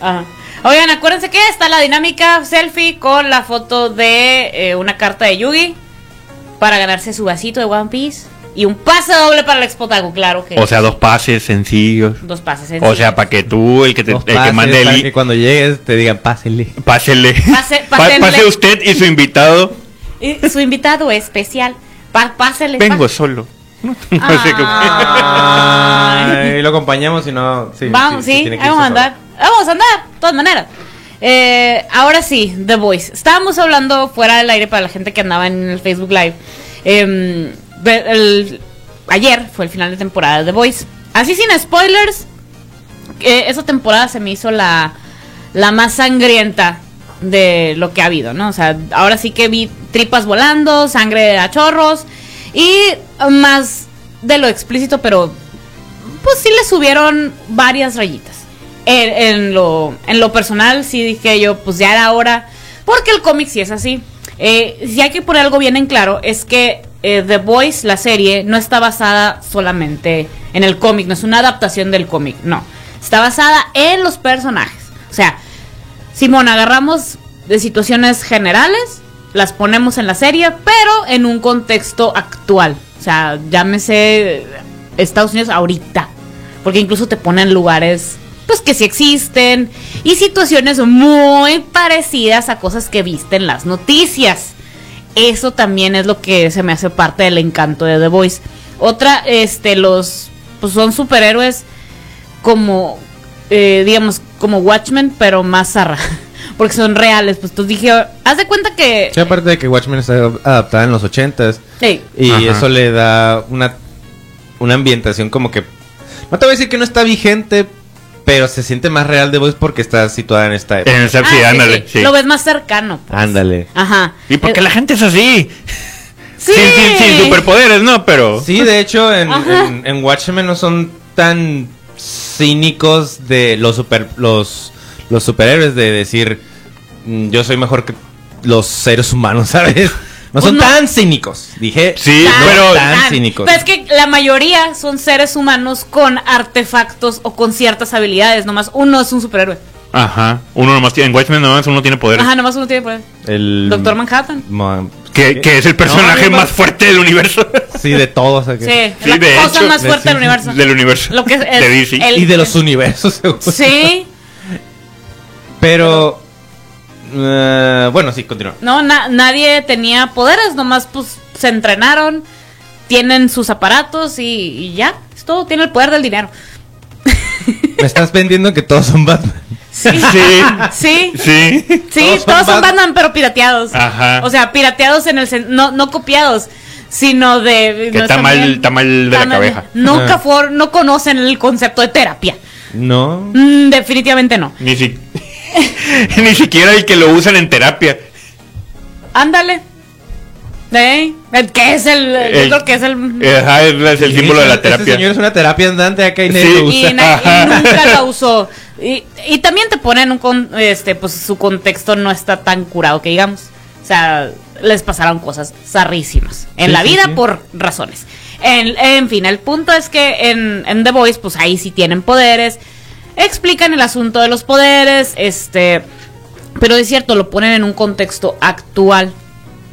A: Ajá. Oigan, acuérdense que está la dinámica selfie con la foto de eh, una carta de Yugi para ganarse su vasito de One Piece y un pase doble para el Expo Taco, claro que.
C: O sea, dos pases sencillos.
A: dos pases.
C: O
A: sencillos.
C: sea, para que tú, el que, te,
B: Los
C: el que
B: pases
C: mande
B: para
C: el...
B: que cuando llegues te digan, pásele.
C: Pásele.
A: Pase-
C: (laughs) Pa-
A: pásenle.
C: Pase usted y su invitado.
A: Y su invitado especial. Pa pásele.
C: Vengo
A: pa-
C: solo. (laughs) No,
A: Ah.
C: sé cómo.
A: Ay.
B: Ay, lo acompañamos, si no. Sí,
A: Vamos, sí,
B: tiene que
A: ahí vamos a
B: irse
A: andar. Ahí Vamos a andar, de todas maneras. Eh, ahora sí, The Voice. Estábamos hablando fuera del aire para la gente que andaba en el Facebook Live. Em, de- el- ayer fue el final de temporada de The Voice. Así sin spoilers, eh, esa temporada se me hizo la, la más sangrienta de lo que ha habido, ¿no? O sea, ahora sí que vi tripas volando, sangre a chorros y más de lo explícito, pero pues sí le subieron varias rayitas. En, en lo, en lo personal sí dije yo, pues ya era hora, porque el cómic sí es así. Eh, si hay que poner algo bien en claro, es que eh, The Voice, la serie, no está basada solamente en el cómic, no es una adaptación del cómic, no. Está basada en los personajes. O sea, Simón, agarramos de situaciones generales, las ponemos en la serie, pero en un contexto actual. O sea, llámese Estados Unidos ahorita. Porque incluso te ponen lugares, pues que sí existen. Y situaciones muy parecidas a cosas que viste en las noticias. Eso también es lo que se me hace parte del encanto de The Voice. Otra, este, los, pues son superhéroes como, eh, digamos, como Watchmen, pero más zarra. (laughs) Porque son reales. Pues tú dije, haz de cuenta que...
B: Sí, aparte de que Watchmen está adaptada en los 80s
A: Ey,
B: y
C: Ajá.
B: eso le da una, una ambientación como que. No te voy a decir que no está vigente, pero se siente más real de voz porque está situada en esta época.
C: En el
A: ah,
C: ser- sí,
A: sí,
C: ándale.
A: sí,
C: sí.
A: Lo ves más cercano. pues.
B: Ándale.
A: Ajá.
C: Y porque
A: Eh,
C: la gente es así.
A: Sí.
C: Sin, sin- sin superpoderes, ¿no? Pero.
B: Sí, de hecho, en,
A: Ajá.
B: en- en Watchmen no son tan cínicos de los super los, los superhéroes de decir "Mm, yo soy mejor que los seres humanos, (laughs) ¿sabes? No
A: Pues
B: son
A: no.
B: tan cínicos, dije.
C: Sí,
B: no
C: pero-
B: tan cínicos.
A: Pero es que la mayoría son seres humanos con artefactos o con ciertas habilidades. Nomás uno es un superhéroe.
C: Ajá. Uno nomás tiene. En Watchmen nomás uno tiene poderes.
A: Ajá, nomás uno tiene poder.
B: El
A: Doctor Manhattan.
B: Ma-
C: Que, que es el personaje
B: No, no,
C: más
B: no.
C: fuerte del universo.
B: Sí, de todos. o sea
A: Sí,
B: que-
A: es la
C: de
A: cosa
C: hecho,
A: más
B: de-
A: fuerte del
B: sí,
A: universo.
C: Del universo.
A: Lo que es-
C: De DC.
A: el-
B: Y de los universos, (laughs) seguro.
A: Sí.
B: Pero. eh, bueno,
A: (laughs)
B: sí, continúa.
A: No, na- nadie tenía poderes, nomás pues se entrenaron, tienen sus aparatos y, y ya, es todo, tiene el poder del dinero.
B: Me estás vendiendo que todos son Batman.
A: Sí,
C: (laughs) Sí.
A: sí, (laughs)
C: Sí.
A: sí, todos, son
B: Bat-
A: Batman, pero pirateados.
C: Ajá.
A: O sea, pirateados en el sen- no, no copiados, sino de...
C: Que
A: no
C: está
A: están
C: mal-
A: bien.
C: está mal de la
A: Está mal.
C: cabeza.
A: Nunca
B: Ah.
A: fueron, no conocen el concepto de terapia.
B: No.
A: Mm, definitivamente no.
C: Ni, si- (laughs) Ni siquiera el que lo usan en terapia.
A: Ándale. ¿Eh? El que es el... yo creo que es el...
C: Ajá, es la- es el símbolo de la
B: Este
C: terapia.
B: señor es una terapia andante acá y nadie
C: Sí.
B: lo usa.
A: y, na- y
B: (laughs)
C: Ajá.
A: nunca la usó. Y, y también te ponen un con- este, pues su contexto no está tan curado que digamos. O sea, les pasaron cosas zarrísimas en
B: Sí,
A: la
B: sí,
A: vida
B: sí.
A: por razones. En, en fin, el punto es que en, en The Voice, pues ahí sí tienen poderes. Explican el asunto de los poderes, este, pero es cierto, lo ponen en un contexto actual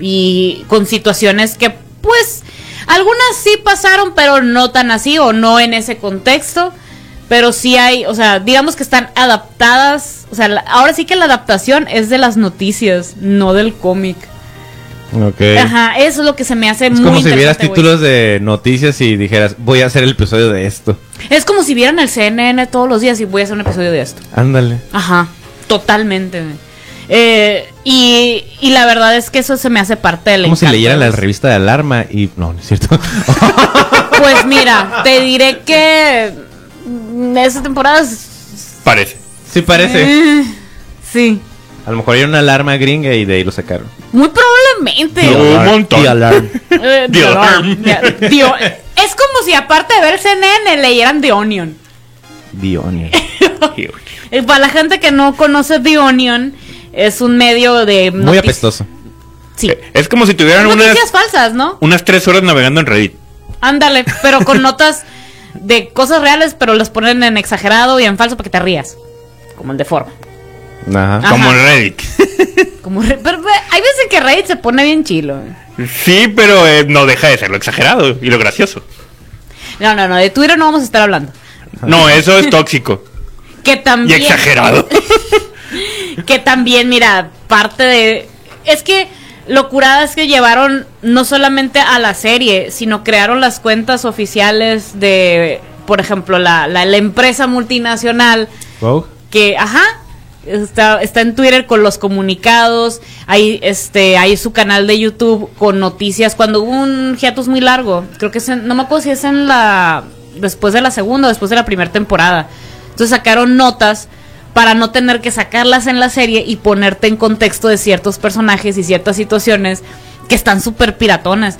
A: y con situaciones que pues algunas sí pasaron, pero no tan así o no en ese contexto. Pero sí hay, o sea, digamos que están adaptadas, o sea, la- ahora sí que la adaptación es de las noticias, no del cómic.
B: Ok.
A: Ajá, eso es lo que se me hace
B: Es
A: muy
B: como si vieras
A: interesante, güey.
B: títulos de noticias y dijeras, voy a hacer el episodio de esto.
A: Es como si vieran el CNN todos los días y voy a hacer un episodio de esto.
B: Ándale.
A: Ajá, totalmente. güey. Eh, y, y la verdad es que eso se me hace parte del
B: Como si
A: encanto,
B: leyeran la
A: güey.
B: revista de alarma y... No, no es
A: (laughs)
B: cierto. (laughs)
A: Pues mira, te diré que mm, esa temporada es-
C: Parece.
B: sí parece.
A: eh, sí.
B: A lo mejor era una alarma gringa y de ahí lo sacaron.
A: Muy probablemente.
C: No.
A: güey.
C: Un montón.
B: The alarm.
A: Eh,
C: The
A: no,
C: Alarm.
A: ya, The- es como si aparte de ver CNN leyeran The Onion. (laughs)
B: The Onion.
A: Eh, Para la gente que no conoce The Onion, es un medio de...
B: Muy
A: notici-
B: apestoso.
A: Sí.
C: Eh, Es como si tuvieran unas,
A: Noticias falsas, ¿no?
C: unas tres horas navegando en Reddit.
A: Ándale, pero con notas de cosas reales, pero las ponen en exagerado y en falso para que te rías. Como el de forma.
B: Ajá.
A: Ajá.
C: Como en Reddit.
A: Como re- pero, pero hay veces que Reddit se pone bien chilo.
C: Sí, pero eh, no deja de ser lo exagerado y lo gracioso.
A: No, no, no, de Twitter no vamos a estar hablando.
C: No, eso es tóxico
A: Que
C: y
A: también...
C: exagerado.
A: Que también, mira, parte de... Es que lo curada es que llevaron no solamente a la serie, sino crearon las cuentas oficiales de, por ejemplo, la, la, la empresa multinacional
B: Wow.
A: que, ajá, está, está en Twitter con los comunicados, hay, este, hay su canal de YouTube con noticias. Cuando hubo un hiatus muy largo, creo que es en- no me acuerdo si es en la, después de la segunda o después de la primera temporada. Entonces sacaron notas para no tener que sacarlas en la serie y ponerte en contexto de ciertos personajes y ciertas situaciones que están súper piratonas.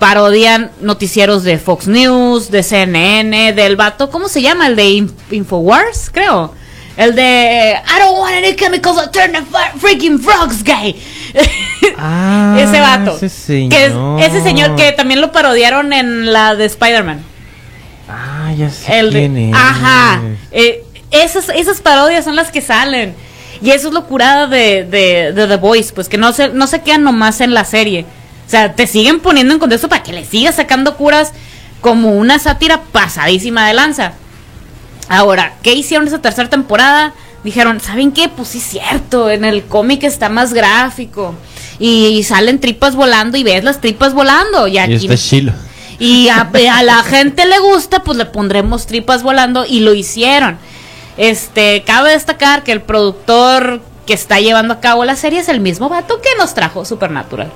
A: Parodian noticieros de Fox News, de CNN, del vato, ¿cómo se llama? El de Inf- Infowars, creo. El de I don't want any chemicals that turn the fu- freaking frogs gay. (laughs)
B: Ah,
A: ese vato.
B: ese
A: Que es-
B: señor.
A: ese señor que también lo parodiaron en la de Spider-Man.
B: Ah, ya sé
A: El de-
B: quién es.
A: Ajá. Eh, esas, esas parodias son las que salen. Y eso es lo curada de, de, de The Voice, pues que no se, no se quedan nomás en la serie. O sea, te siguen poniendo en contexto para que le sigas sacando curas como una sátira pasadísima de lanza. Ahora, ¿qué hicieron esa tercera temporada? Dijeron, ¿saben qué? Pues sí, cierto, en el cómic está más gráfico. Y salen tripas volando y ves las tripas volando. Y
B: Y
A: aquí
B: está chilo.
A: y a, (laughs) a la gente le gusta, pues le pondremos tripas volando y lo hicieron. Este, cabe destacar que el productor que está llevando a cabo la serie es el mismo vato que nos trajo Supernatural.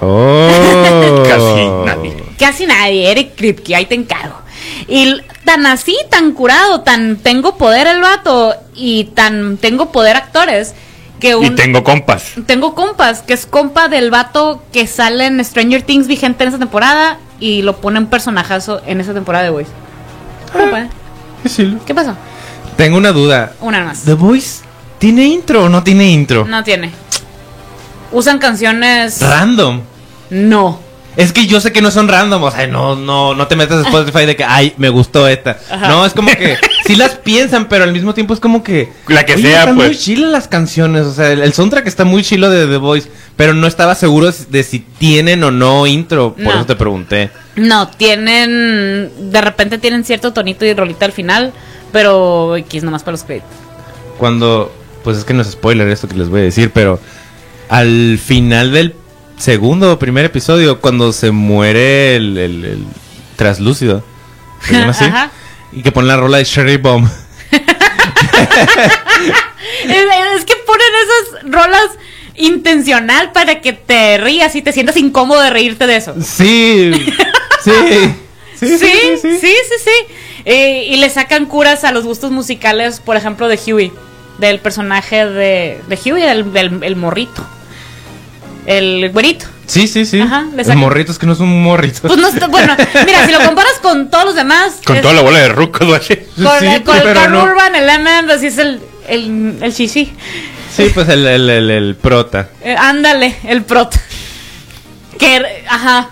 B: Oh.
C: (laughs) Casi nadie.
A: Casi nadie, Eric Kripke, ahí te encargo. Y l- tan así, tan curado, tan tengo poder el vato y tan tengo poder actores que
C: Y
A: un,
C: tengo compas.
A: tengo compas, que es compa del vato que sale en Stranger Things vigente en esa temporada y lo pone un personajazo en esa temporada de Voice. Compa,
B: Qué chilo.
A: ¿Qué pasó?
B: Tengo una duda.
A: Una más.
B: ¿The Voice tiene intro o no tiene intro?
A: No tiene. ¿Usan canciones?
B: Random.
A: No.
B: Es que yo sé que no son random, o sea, no, no, no te metas a Spotify de que, ay, me gustó esta.
A: Ajá.
B: No, es como que sí las piensan, pero al mismo tiempo es como que...
C: La que sea,
B: están
C: pues.
B: muy chilas las canciones, o sea, el, el soundtrack está muy chilo de The Voice, pero no estaba seguro de si tienen o no intro, por
A: No.
B: eso te pregunté.
A: No, tienen. De repente tienen cierto tonito y rolita al final, pero X nomás para los créditos.
B: Cuando, pues es que no es spoiler esto que les voy a decir, pero al final del segundo o primer episodio, cuando se muere el, el- el traslúcido, ¿se llama
A: (laughs)
B: así?
A: Ajá.
B: Y que pone la rola de Sherry Bomb. (laughs)
A: Es, es que ponen esas rolas intencional para que te rías y te sientas incómodo de reírte de eso.
B: Sí, sí.
A: Sí, sí, sí, sí. Eh, y le sacan curas a los gustos musicales, por ejemplo, de Huey, del personaje de, de Huey, el, del- el morrito, el güerito.
B: Sí, sí, sí.
A: Ajá, le
B: el
A: saca-
B: morrito es que no es un morrito.
A: Pues no está, (laughs) bueno, mira, si lo comparas con todos los demás,
C: Con
A: es-
C: toda la bola de rucos, güey.
A: con,
B: Sí,
A: eh, con el
B: pero
A: Carl
B: no.
A: Urban, el M&M, pues sí es el, el, el chichi.
B: Sí, pues el, el, el, el prota.
A: Eh, ándale, el prot. Que, eh, ajá.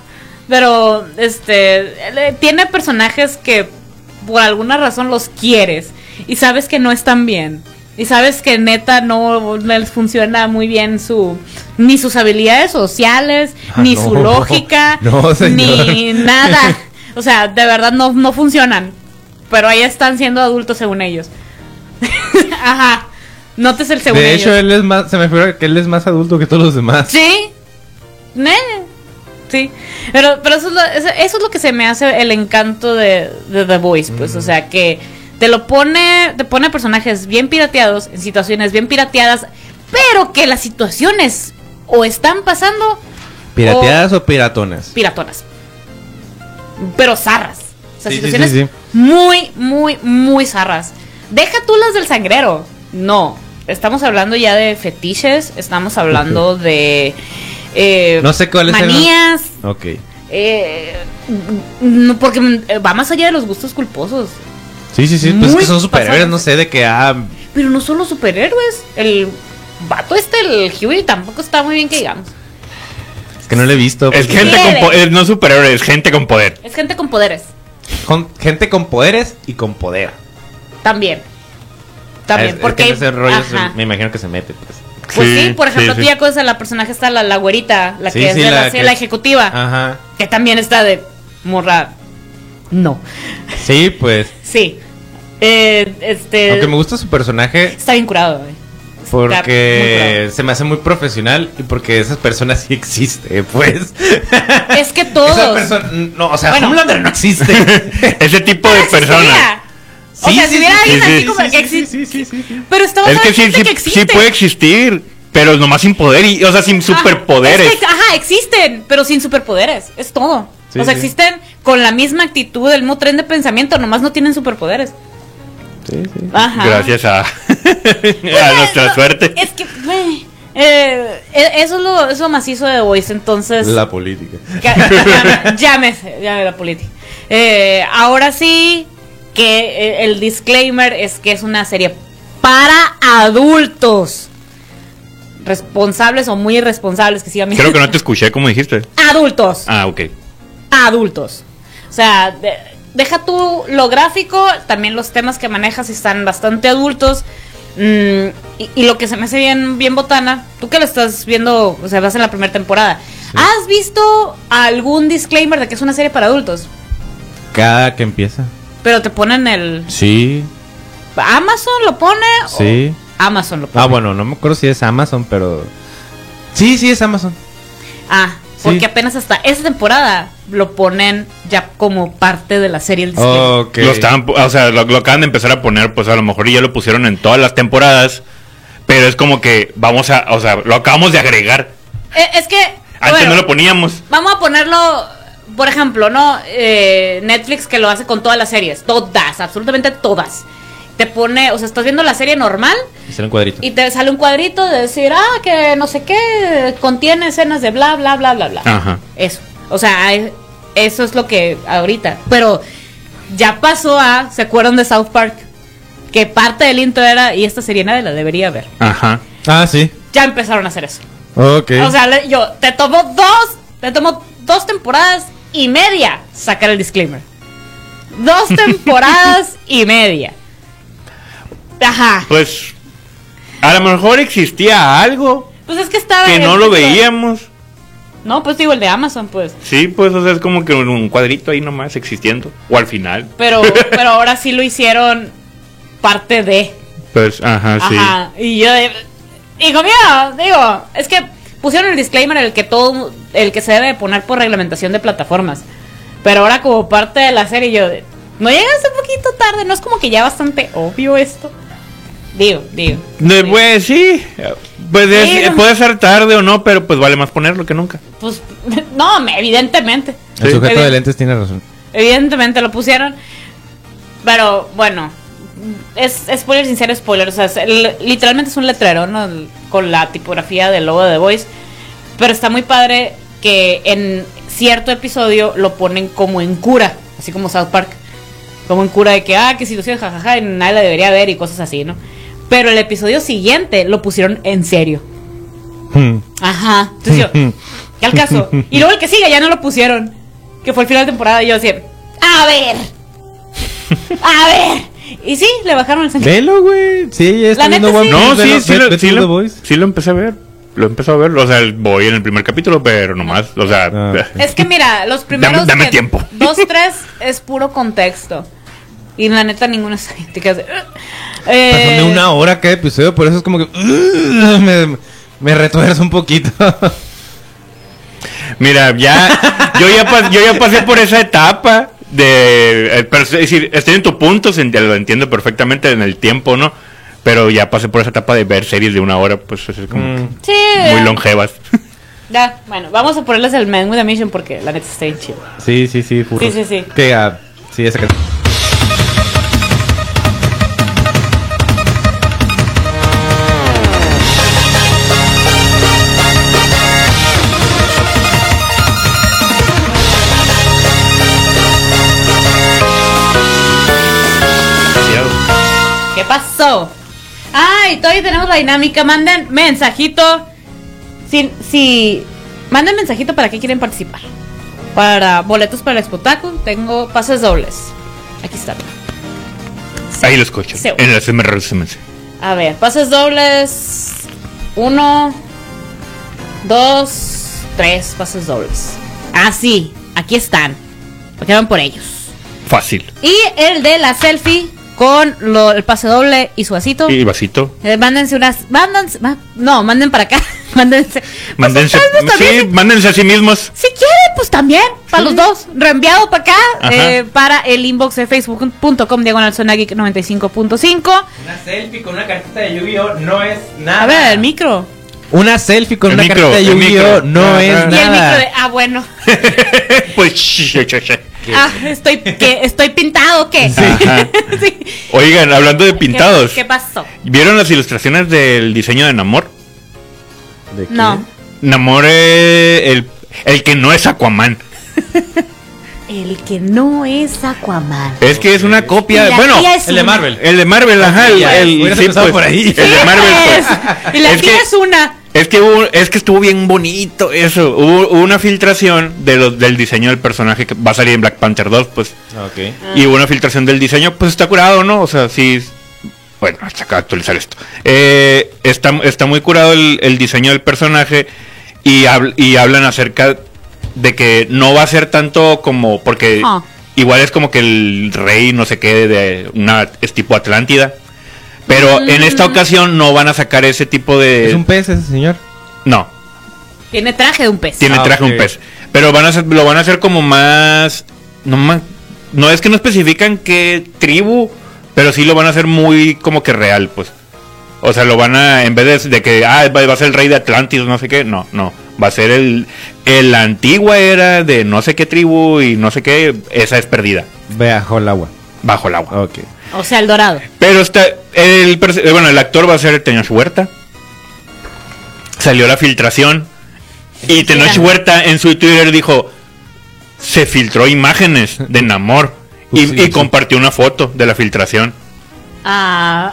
A: Pero, este, él, eh, tiene personajes que por alguna razón los quieres y sabes que no están bien. Y sabes que neta no les funciona muy bien su ni sus habilidades sociales,
B: Ah,
A: ni
B: no.
A: su lógica,
B: (laughs) No, señor.
A: ni nada. O sea, de verdad no, no funcionan. Pero ahí están siendo adultos según ellos. (laughs) Ajá. Notes el según
B: De hecho,
A: ellos.
B: él es más, se me figura que él es más adulto que todos los demás.
A: Sí. "Neh". Sí, pero, pero eso, es lo, eso eso es lo que se me hace el encanto de, de The Voice, pues, o sea, que te lo pone, te pone personajes bien pirateados, en situaciones bien pirateadas, pero que las situaciones o están pasando
B: ¿Pirateadas o piratonas?
A: piratonas. Pero zarras. O sea,
B: Sí, sí,
A: situaciones
B: sí, sí.
A: muy, muy, muy zarras. Deja tú las del sangrero. No. Estamos hablando ya de fetiches. Estamos hablando de. eh,
B: No sé cuáles eran.
A: Manías.
B: Ok.
A: eh, no, porque mm, va más allá de los gustos culposos.
B: Sí, sí, sí. Pues es
A: Muy
B: que son superhéroes,
A: pasadas.
B: no sé de qué. Ah,
A: Pero no solo superhéroes. El vato este, el Huey, tampoco está muy bien que digamos.
B: es que no pues, lo he visto.
C: Es gente con po- es no superhéroe, es gente con poder.
A: Es gente con poderes.
B: Con- gente con poderes y con poder.
A: También. También.
B: Es- es
A: porque.
B: que en ese rollo se-
A: ajá.
B: me imagino que se mete. Pues.
A: Pues sí,
C: Sí,
A: por ejemplo,
C: sí,
A: tú
C: sí.
A: ya conoces a la personaje está la, la güerita, la
B: Sí,
A: que es
B: sí,
A: de la,
B: la
A: sí,
B: que-
A: la ejecutiva,
C: Ah.
B: Ajá.
A: que también está de morra. No,
B: Sí, pues.
A: sí. Eh, este
B: Aunque me gusta su personaje
A: está bien curado. güey. muy
B: porque
A: curado.
B: se me hace muy profesional y porque esas personas sí existen, pues.
A: Es
C: (laughs)
A: que
B: Esa
A: todos. Ah,
B: persona- no, o sea,
A: Bueno.
B: Homelander
A: (laughs)
B: no existe.
C: Ese tipo de personas.
A: Existía. O sea, si hubiera alguien así como que
B: sí,
A: existe-
B: sí, sí, sí, sí.
A: Pero está
C: Es
A: basado
C: que
A: en
C: sí,
A: gente
C: sí,
A: que
C: sí
A: existe.
C: puede existir, pero nomás sin poder, y, o sea, sin
A: Ajá.
C: superpoderes.
A: Es que, ajá, existen, pero sin superpoderes. Es todo.
B: Sí,
A: o sea,
B: sí.
A: existen con la misma actitud, el mismo tren de pensamiento, nomás no tienen superpoderes.
B: Sí, sí.
A: Ajá.
C: Gracias a, (laughs) a nuestra
A: No,
C: suerte.
A: Es que, güey, eh, eh, eso es lo, eso macizo de Voice, entonces. (laughs)
B: La política.
A: ca- llame- Llámese, llame la política. Eh, ahora sí, que eh, el disclaimer es que es una serie para adultos. Responsables o muy irresponsables que sigan
C: Creo que no te escuché como dijiste.
A: (laughs) Adultos.
C: Ah, ok.
A: Adultos. O sea, de- deja tú lo gráfico, también los temas que manejas están bastante adultos. Mm, y, y lo que se me hace bien, bien botana, tú que lo estás viendo, o sea, vas en la primera temporada. ¿Has visto algún disclaimer de que es una serie para adultos?
B: Cada que empieza.
A: Pero te ponen el.
B: Sí.
A: ¿Amazon lo pone? o-
B: Sí.
A: Amazon lo pone.
B: Ah, bueno, no me acuerdo si es Amazon, pero. Sí, sí, es Amazon.
A: Ah,
B: Sí.
A: porque apenas hasta esta temporada lo ponen ya como parte de la serie el disclaimer.
B: Ok.
C: Lo estaban, pu- o sea, lo, lo acaban de empezar a poner, pues a lo mejor ya lo pusieron en todas las temporadas, pero es como que vamos a, o sea, lo acabamos de agregar.
A: Eh, es que.
C: Antes
A: bueno,
C: no lo poníamos.
A: Vamos a ponerlo, por ejemplo, ¿no? Eh, Netflix que lo hace con todas las series, todas, absolutamente todas. Te pone, o sea, estás viendo la serie normal
B: Hicieron un cuadrito.
A: y te sale un cuadrito de decir, ah, que no sé qué, contiene escenas de bla, bla, bla, bla, bla.
C: Ajá.
A: Eso. O sea, e- eso es lo que ahorita. Pero ya pasó a, ¿se acuerdan de South Park? Que parte del intro era, y esta serie nadie la debería ver.
C: Ajá.
B: Ah, sí.
A: Ya empezaron a hacer eso.
B: Ok.
A: O sea, le- yo te tomo dos, te tomo dos temporadas y media sacar el disclaimer.
C: (laughs)
A: Dos temporadas y media. Ajá.
C: Pues a lo mejor existía algo
A: Pues es que estaba
C: que
A: en-
C: no lo veíamos.
A: No, pues digo el de Amazon, pues.
C: Sí, pues o sea, es como que un- un cuadrito ahí nomás existiendo. O al final. (laughs)
A: Pero, pero ahora sí lo hicieron parte de.
C: Pues, ajá, sí.
A: Ajá. Y yo de- hijo mío, digo, es que pusieron el disclaimer el que todo el que se debe poner por reglamentación de plataformas. Pero ahora como parte de la serie yo de, no llegas un poquito tarde, no es como que ya bastante obvio esto. Digo, digo.
C: De- pues sí, pues es-
A: Pero-
C: puede ser tarde o no, pero pues vale más ponerlo que nunca.
A: Pues (laughs) no, me- evidentemente.
B: El
C: Sí.
B: sujeto de
A: Evidente-
B: lentes tiene razón.
A: Evidentemente lo pusieron. Pero bueno, es es spoiler sin ser spoiler. O sea, es- el- literalmente es un letrero ¿no? El- con la tipografía del logo de The Voice. Pero está muy padre que en cierto episodio lo ponen como en cura, así como South Park. Como en cura de que, ah, qué situación, jajaja, y nadie la debería ver y cosas así, ¿no? Pero el episodio siguiente lo pusieron en serio.
B: Hmm.
A: Ajá. Entonces
B: (laughs)
A: yo, ¿qué al
C: (laughs)
A: caso? Y luego el que sigue ya no lo pusieron. Que fue el final de temporada. Y yo así, a
C: (laughs)
A: ver. A ver. Y sí, le bajaron el sangrón.
B: Velo, güey. Sí, ya está
A: La
B: viendo
A: neta,
B: One
A: sí.
C: No,
B: Piece, velo,
C: sí, sí,
B: ve-
C: lo,
B: ve
C: sí,
B: tú The
C: lo,
B: Voice.
C: sí lo empecé a ver. Lo empecé a ver. O sea, voy en el primer capítulo, pero nomás. O sea,
B: Ah, ok.
A: Es que mira, los primeros.
C: dame
A: que-
C: tiempo.
A: (laughs) Dos, tres es puro contexto. Y la neta, ninguna es. Te quedas de, "Ugh". Eh,
B: Pasó de una hora cada (laughs) episodio, por eso es como que. "Ugh", me, me retuerzo un poquito.
C: (laughs) Mira, ya, yo ya, pas- yo ya pasé por esa etapa de, eh, pero es decir, estoy en tu punto, se ent- lo entiendo perfectamente en el tiempo, ¿no? Pero ya pasé por esa etapa de ver series de una hora, pues es como
B: Mm.
C: que
A: Sí,
C: muy
A: ya.
C: longevas.
A: Ya, bueno, vamos a ponerles el Man with a Mission porque la neta está bien chido.
B: (laughs) Sí, sí, sí, furro.
A: Sí, sí, sí.
B: Que, ah, sí, esa canción.
C: Demasiado.
A: ¿Qué pasó? Ay, todavía tenemos la dinámica. Manden mensajito. Si, si manden mensajito para qué quieren participar. Para boletos para el Expotaku, tengo pases dobles. Aquí está.
C: Ahí lo escucho.
A: Sí.
C: En la SMR, SMC.
A: A ver, pases dobles. Uno, dos, tres pases dobles. Ah, sí, aquí están. Porque van por ellos.
C: Fácil.
A: Y el de la selfie con lo- el pase doble y su vasito.
C: Y vasito.
A: Eh, mándense unas. Mándense. ma- no, manden para acá. (laughs) mándense. Pues,
C: Mándense,
A: ustedes, pues,
C: sí,
A: también,
C: mándense a
A: (laughs)
C: sí mismos.
A: si, si quieren, pues también. Para los dos. Reenviado para acá.
C: Ajá.
A: eh, para el inbox de facebook.com diagonal zona geek 95.5.
D: Una selfie con una cartita de Yu-Gi-Oh no es nada.
A: A ver, el micro.
B: Una selfie con
C: El
B: una
C: micro,
B: carta de
C: el
B: Yu-Gi-Oh!
C: micro.
B: no
C: Ajá.
B: es
C: Y el
A: Y el micro
B: nada.
A: de. Ah, bueno.
C: pues, (laughs) sh- sh- sh- sh.
A: Ah, estoy, que, estoy pintado, o ¿qué? (laughs)
C: Ajá.
A: Sí.
C: Oigan, hablando de pintados,
A: ¿Qué, qué pasó?
C: ¿vieron las ilustraciones del diseño de Namor?
B: ¿De qué?
A: No.
C: Namor es el, el que no es Aquaman.
A: El que no es Aquaman.
C: Es que es una copia.
A: Y la
C: bueno,
A: tía es
B: el de
A: una.
B: Marvel.
C: el de Marvel, ajá. El,
B: Ya,
C: el-
B: hubieras
C: sí,
B: empezado
C: pues,
B: por ahí.
C: El de Marvel, pues.
A: Pues. Y la
C: Es
A: tía
C: que-
A: es una.
C: Es que, hubo- es que estuvo bien bonito eso. Hubo, hubo una filtración de los, del diseño del personaje que va a salir en Black Panther 2, pues.
B: Ah, ok.
C: Y hubo una filtración del diseño, pues está curado, ¿no? O sea, sí. Bueno, hasta acá actualizar esto. Eh, está, está muy curado el, el diseño del personaje y, habl- y hablan acerca de que no va a ser tanto como. Porque
A: Ah.
C: igual es como que el rey no se quede de una. Es tipo Atlántida. Pero en esta ocasión no van a sacar ese tipo de.
B: ¿Es un pez ese señor?
C: No,
A: Tiene traje de un pez.
C: tiene
B: Ah,
C: traje
B: ok.
C: un pez. Pero van a hacer- lo van a hacer como más. No, ma- no es que no especifican qué tribu, pero sí lo van a hacer muy como que real, pues. O sea, lo van a. En vez de, de que. Ah, va va a ser el rey de Atlantis, no sé qué. No, no. Va a ser el. el- La antigua era de no sé qué tribu y no sé qué. Esa es perdida.
B: Bajo el agua.
C: Bajo el agua.
B: Ok.
A: O sea, el dorado.
C: Pero está. El, pers- eh, bueno, el actor va a ser Tenoch Huerta. Salió la filtración. Y Tenoch Huerta en su Twitter dijo: Se filtró imágenes de Namor. Y,
B: Pues sí,
C: y
B: sí.
C: compartió una foto de la filtración.
A: Ah.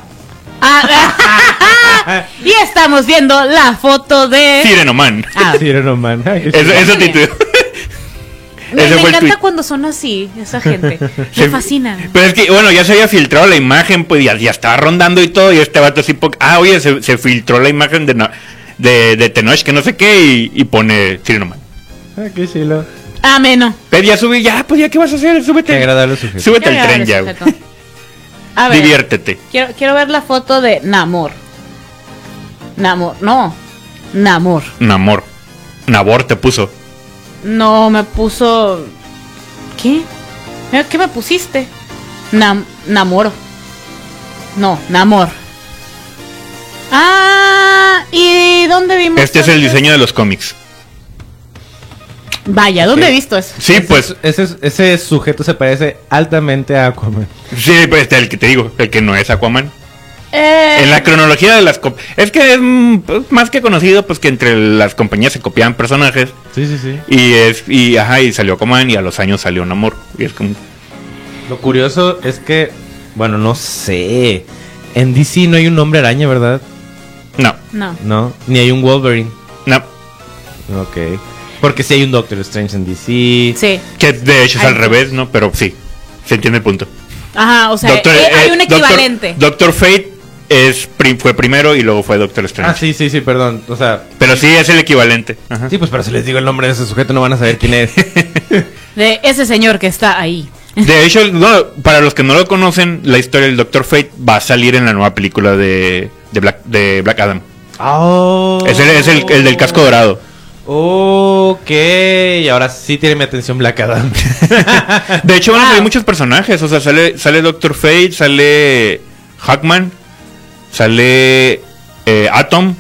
A: ah, (laughs) y estamos viendo la foto de.
C: Sirenoman. (laughs)
A: Ah,
B: (laughs) Sí, era Roman. Ay,
C: Eso,
B: sí.
C: eso tuiteó.
A: me
C: ese
A: me
C: fue el
A: encanta
C: tuit.
A: cuando son así, esa
C: (laughs)
A: gente. Me
C: Se-
A: fascina.
C: (laughs) Pero es que, bueno, ya se había filtrado la imagen, pues ya, ya estaba rondando y todo, y este vato así, po- ah, oye, se, se filtró la imagen de, Na- de, de Tenoch, que no sé qué, y, y pone Sirenoman.
B: Ah, qué chilo.
A: Ah, Ameno.
C: Pero ya subí, ya, pues ya, ¿qué vas a hacer? Súbete.
B: Qué agradable sujeto.
C: Súbete
A: Quiero
C: al tren
A: ver
C: ya.
A: ese
C: güey.
A: sujeto. A ver.
C: Diviértete.
A: Quiero, quiero ver la foto de Namor. Namor, no. Namor.
C: Namor. Nabor te puso.
A: No, me puso. ¿Qué? Mira, ¿Qué me pusiste? Nam Namoro. No, Namor. Ah, ¿y dónde vimos?
C: Este es el
A: antes?
C: diseño de los cómics.
A: Vaya, ¿dónde he visto eso?
C: Sí,
B: Ese-
C: pues.
B: Ese, ese sujeto se parece altamente a Aquaman.
C: Sí, pues este, el que te digo, el que no es Aquaman.
A: Eh,
C: En la cronología de las. cop- Es que es mm, pues, más que conocido, pues que entre las compañías se copiaban personajes.
B: Sí, sí, sí.
C: Y es. Y ajá, y salió Aquaman y a los años salió Namor. Y es como.
B: Lo curioso es que, bueno, no sé. En DC no hay un hombre araña, ¿verdad?
C: No,
A: No.
B: No. Ni hay un Wolverine.
C: no.
B: Ok. Porque sí hay un Doctor Strange en DC.
A: Sí.
C: Que de hecho es
A: Ay,
C: al
A: no.
C: revés, ¿no? Pero sí. Se entiende el punto.
A: Ajá, o sea,
C: Doctor-
A: eh, hay
C: eh,
A: un
C: Doctor-
A: equivalente.
C: Doctor, Fate es, pri- fue primero y luego fue Doctor Strange.
B: Ah, sí, sí, sí, perdón. O sea,
C: Pero sí es el equivalente. Ajá.
B: sí, pues pero si les digo el nombre de ese sujeto no van a saber quién es.
A: de ese señor que está ahí.
C: De hecho, no, para los que no lo conocen, la historia del Doctor Fate va a salir en la nueva película de, de Black, de Black Adam.
B: (laughs) Oh.
C: Es, el, es el- el del casco dorado.
B: Ok, ahora sí tiene mi atención Black (laughs) Adam.
C: De hecho, van
A: Ah.
C: a salir muchos personajes. O sea, sale, sale Doctor Fate, sale Hackman, sale eh, Atom.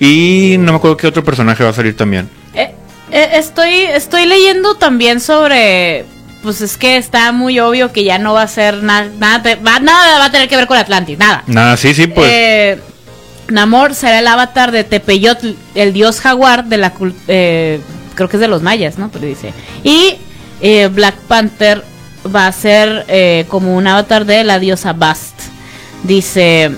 C: Y no me acuerdo qué otro personaje va a salir también.
A: Eh, eh, estoy, estoy leyendo también sobre. Pues es que está muy obvio que ya no va a ser nada. Nada, te- va- nada va a tener que ver con Atlantis, nada.
C: Nada, sí, sí, pues.
A: Eh, Namor será el avatar de Tepeyotl, el dios jaguar de la cul- eh, creo que es de los mayas, ¿no? Pero dice. Y eh, Black Panther va a ser eh, como un avatar de la diosa Bast. Dice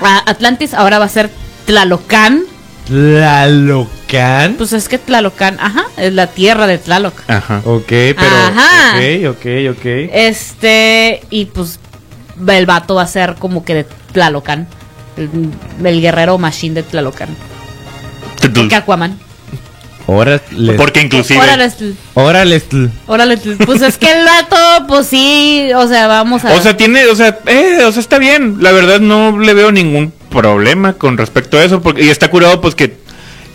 A: "A- Atlantis ahora va a ser Tlalocan.
B: La Locan.
A: Pues es que Tlalocan, ajá, es la tierra de Tlaloc.
C: Ajá.
B: Ok, pero.
A: Ajá. Eh,
B: Ok, ok, ok.
A: Este, y pues el vato va a ser como que de Tlalocan. El, el guerrero machine de Tlalocan. Que Aquaman.
B: Ahora les.
C: Porque inclusive.
A: Órale, tl-
B: Ahora les.
A: órale, tl- pues es que el vato, pues sí, o sea, vamos a
C: O sea, tiene, o sea, eh, o sea, está bien. La verdad no le veo ningún problema con respecto a eso. Porque, y está curado, pues, que,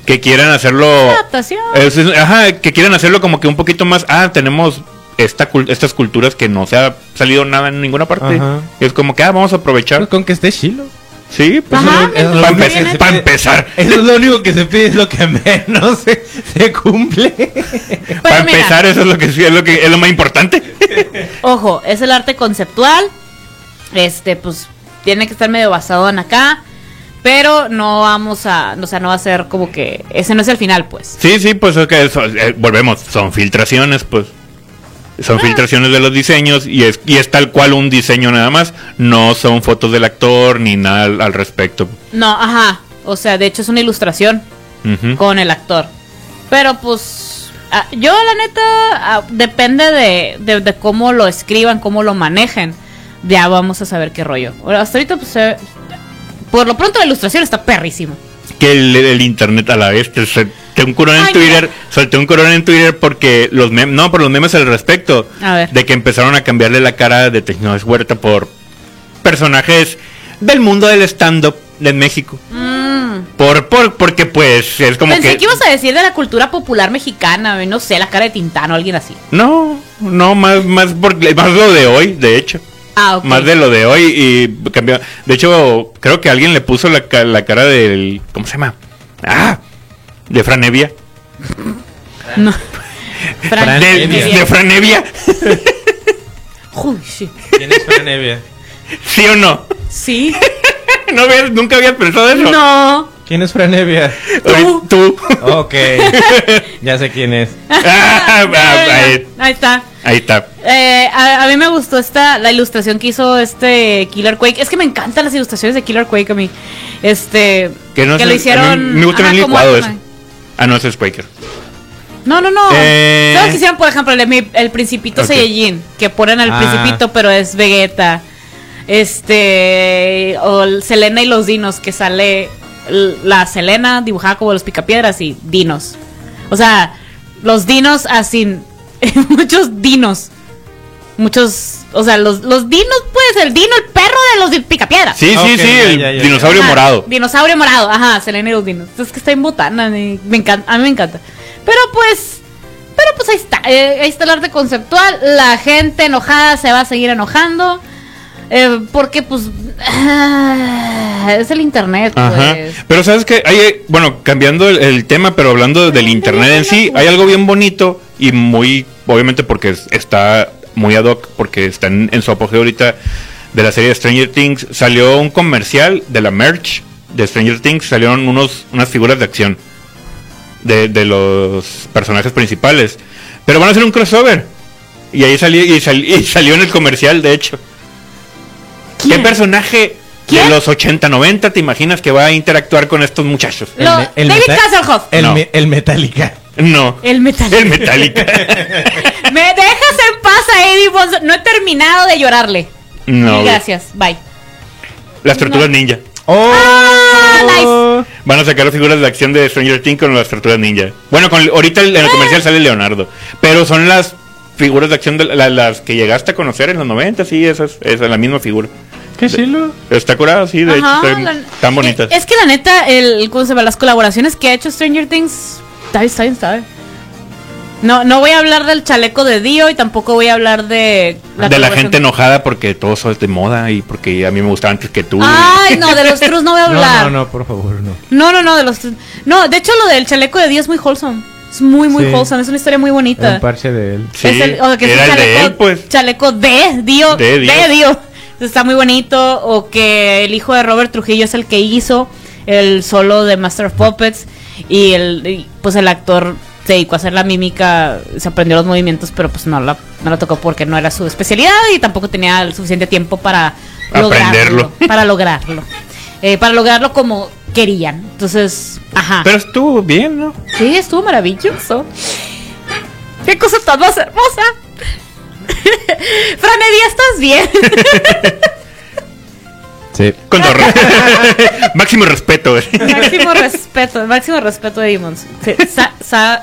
C: que quieran hacerlo.
A: adaptación.
C: Es- es- ajá, que quieran hacerlo como que un poquito más. Ah, tenemos esta cul- estas culturas que no se ha salido nada en ninguna parte.
B: Ajá.
C: Y es como que, ah, vamos a aprovechar.
B: Con que esté chilo.
C: Sí, pues.
A: Ajá,
C: eso es lo-
A: mientras
C: para,
A: que
C: empe-
A: viene-
C: para empezar.
B: Eso es lo único que se pide, es lo que menos se, se cumple.
A: Pero
C: para
A: mira,
C: empezar, eh. eso es lo que sí, es lo que es lo más importante.
A: ojo, es el arte conceptual. Este, pues tiene que estar medio basado en acá. Pero no vamos a, o sea, no va a ser como que ese no es el final, pues.
C: Sí, sí, pues ok, eso, eh, volvemos, son filtraciones, pues. Son
A: Ah.
C: filtraciones de los diseños y es, y es tal cual un diseño nada más. No son fotos del actor ni nada al, al respecto.
A: No, ajá. O sea, de hecho es una ilustración.
C: Ujú.
A: con el actor. Pero pues ah, yo la neta ah, depende de, de- de cómo lo escriban, cómo lo manejen. Ya vamos a saber qué rollo. Ahora, hasta ahorita pues eh, por lo pronto la ilustración está perrísima.
C: Que el, el internet a la vez te solté un corón en
A: Ay,
C: Twitter.
A: mira.
C: Solté un corón en Twitter porque los memes, no, por los memes al respecto.
A: A ver.
C: De que empezaron a cambiarle la cara de Tecnológico Huerta por personajes del mundo del stand-up de México. Por, por, porque pues es como
A: Mm. Pensé que... ibas a decir de la cultura popular mexicana, güey, no sé, la cara de Tintano, alguien así.
C: No, no, más, más, por, más lo de hoy, de hecho.
A: Ah, ok.
C: Más de lo de hoy y cambió. De hecho, creo que alguien le puso la, ca- la cara del. ¿Cómo se llama? Ah, de Franevia. (laughs)
A: No.
B: Fran
C: De,
B: Evia.
C: de Franevia,
A: Uy, sí.
B: ¿Quién es Fran Evia?
C: (laughs) ¿sí o no? (laughs)
A: Sí.
C: no habías- nunca había pensado eso.
A: No.
B: ¿Quién es Fran Evia?
C: Ay,
A: (laughs)
C: Tú.
B: Ok. ya sé quién es.
C: Ah, ah, ahí,
A: Ahí está.
C: ahí está.
A: Eh, a, a mí me gustó esta la ilustración que hizo este Killer Quake. Es que me encantan las ilustraciones de Killer Quake a mí. Este
C: Que, no sé,
A: lo
C: a mí
A: hicieron.
C: Me gusta
A: ajá,
C: bien
A: como
C: licuado eso.
A: Aquaman.
C: Ah, no, ese es Quaker.
A: No, no, no.
C: Eh.
A: ¿Sabes que hicieron, por ejemplo, el, de- el Principito
C: Ok.
A: Saiyajin? Que ponen al
B: Ah.
A: Principito, pero es Vegeta. Este. O el Selena y los Dinos, que sale l- la Selena dibujada como los picapiedras y Dinos. O sea, los Dinos, así. (laughs) muchos Dinos. Muchos. O sea, los, los Dinos, pues, el Dino, el perro de los di- picapiedras.
C: Sí,
B: Ah,
C: sí,
B: ok,
C: sí,
B: ya,
C: el
B: ya, ya,
C: dinosaurio
A: Ajá,
C: morado.
A: Dinosaurio morado, ajá, Selena y los dinos. Es que está en botana, me, me encanta, a mí me encanta. Pero pues, pero pues ahí está, eh, ahí está el arte conceptual. La gente enojada se va a seguir enojando. eh, porque pues ah, es el internet,
C: Ajá.
A: pues.
C: Pero sabes que hay, eh, bueno, cambiando el, el tema, pero hablando del internet en sí, hay algo bien bonito y muy, obviamente porque es- está muy ad hoc, porque está en, en su apogeo ahorita de la serie Stranger Things, salió un comercial de la merch de Stranger Things, salieron unos, unas figuras de acción de, de los personajes principales, pero van a hacer un crossover. Y ahí salió, y, sal- y salió en el comercial, de hecho. ¿Qué
A: ¿Quién?
C: personaje
A: ¿Quién?
C: de los 80, 90 te imaginas que va a interactuar con estos muchachos?
A: (laughs) Lo- David Hasselhoff.
B: El,
C: No.
B: me- el Metallica.
C: Eh, No.
A: El metal. (laughs)
C: El Metallica.
A: Me dejas en paz a Eddie Bonzo. No he terminado de llorarle.
C: No.
A: Gracias, bye.
C: Las tortugas
A: No.
C: ninja.
B: ¡Oh!
A: Ah,
C: Van a sacar las figuras de acción de Stranger Things con las tortugas ninja. Bueno, con, ahorita en
A: Ah.
C: el comercial sale Leonardo. Pero son las figuras de acción de la- las que llegaste a conocer en los 90, sí, esas, esa es la misma figura.
B: ¡Qué chilo!
C: Está curada, sí, de hecho,
A: Ajá,
C: están-
A: la-
C: están bonitas.
A: Es, es que la neta, el, ¿cómo se llama? Las colaboraciones que ha hecho Stranger Things Ahí está, ahí está. No, no voy a hablar del chaleco de Dio y tampoco voy a hablar de
C: de la
A: colaboración-
C: gente enojada porque todo eso es de moda y porque a mí me gustaba antes que tú.
A: Ay, no, de los trus no
B: (laughs)
A: voy a hablar.
E: No, no, no, por favor, no.
A: No, no, no, de los. No, de hecho, lo del chaleco de Día es muy wholesome. Es muy, muy
E: Sí.
A: wholesome. Es una historia muy
E: Era
A: bonita.
E: Un parche de él.
C: Sí,
A: es el, o que es
C: era
A: un
C: el
A: chaleco,
C: de él, pues.
A: chaleco de Dio.
C: De
A: De
C: Dio.
A: Dio. Está muy bonito. O que el hijo de Robert Trujillo es el que hizo el solo de Master of Puppets. Y, el, y, pues el actor se dedicó a hacer la mímica, se aprendió los movimientos, pero pues no la, no la tocó porque no era su especialidad y tampoco tenía el suficiente tiempo para
C: Aprenderlo.
A: lograrlo. Para
C: (laughs)
A: lograrlo. Eh, para lograrlo como querían. Entonces, ajá.
C: Pero estuvo bien, ¿no?
A: Sí, estuvo maravilloso. Qué cosa tan más hermosa. (laughs) Franedia, ¿estás bien?
B: Sí.
C: Con todo re- (laughs) máximo respeto. güey.
A: máximo respeto, máximo respeto de Edimons.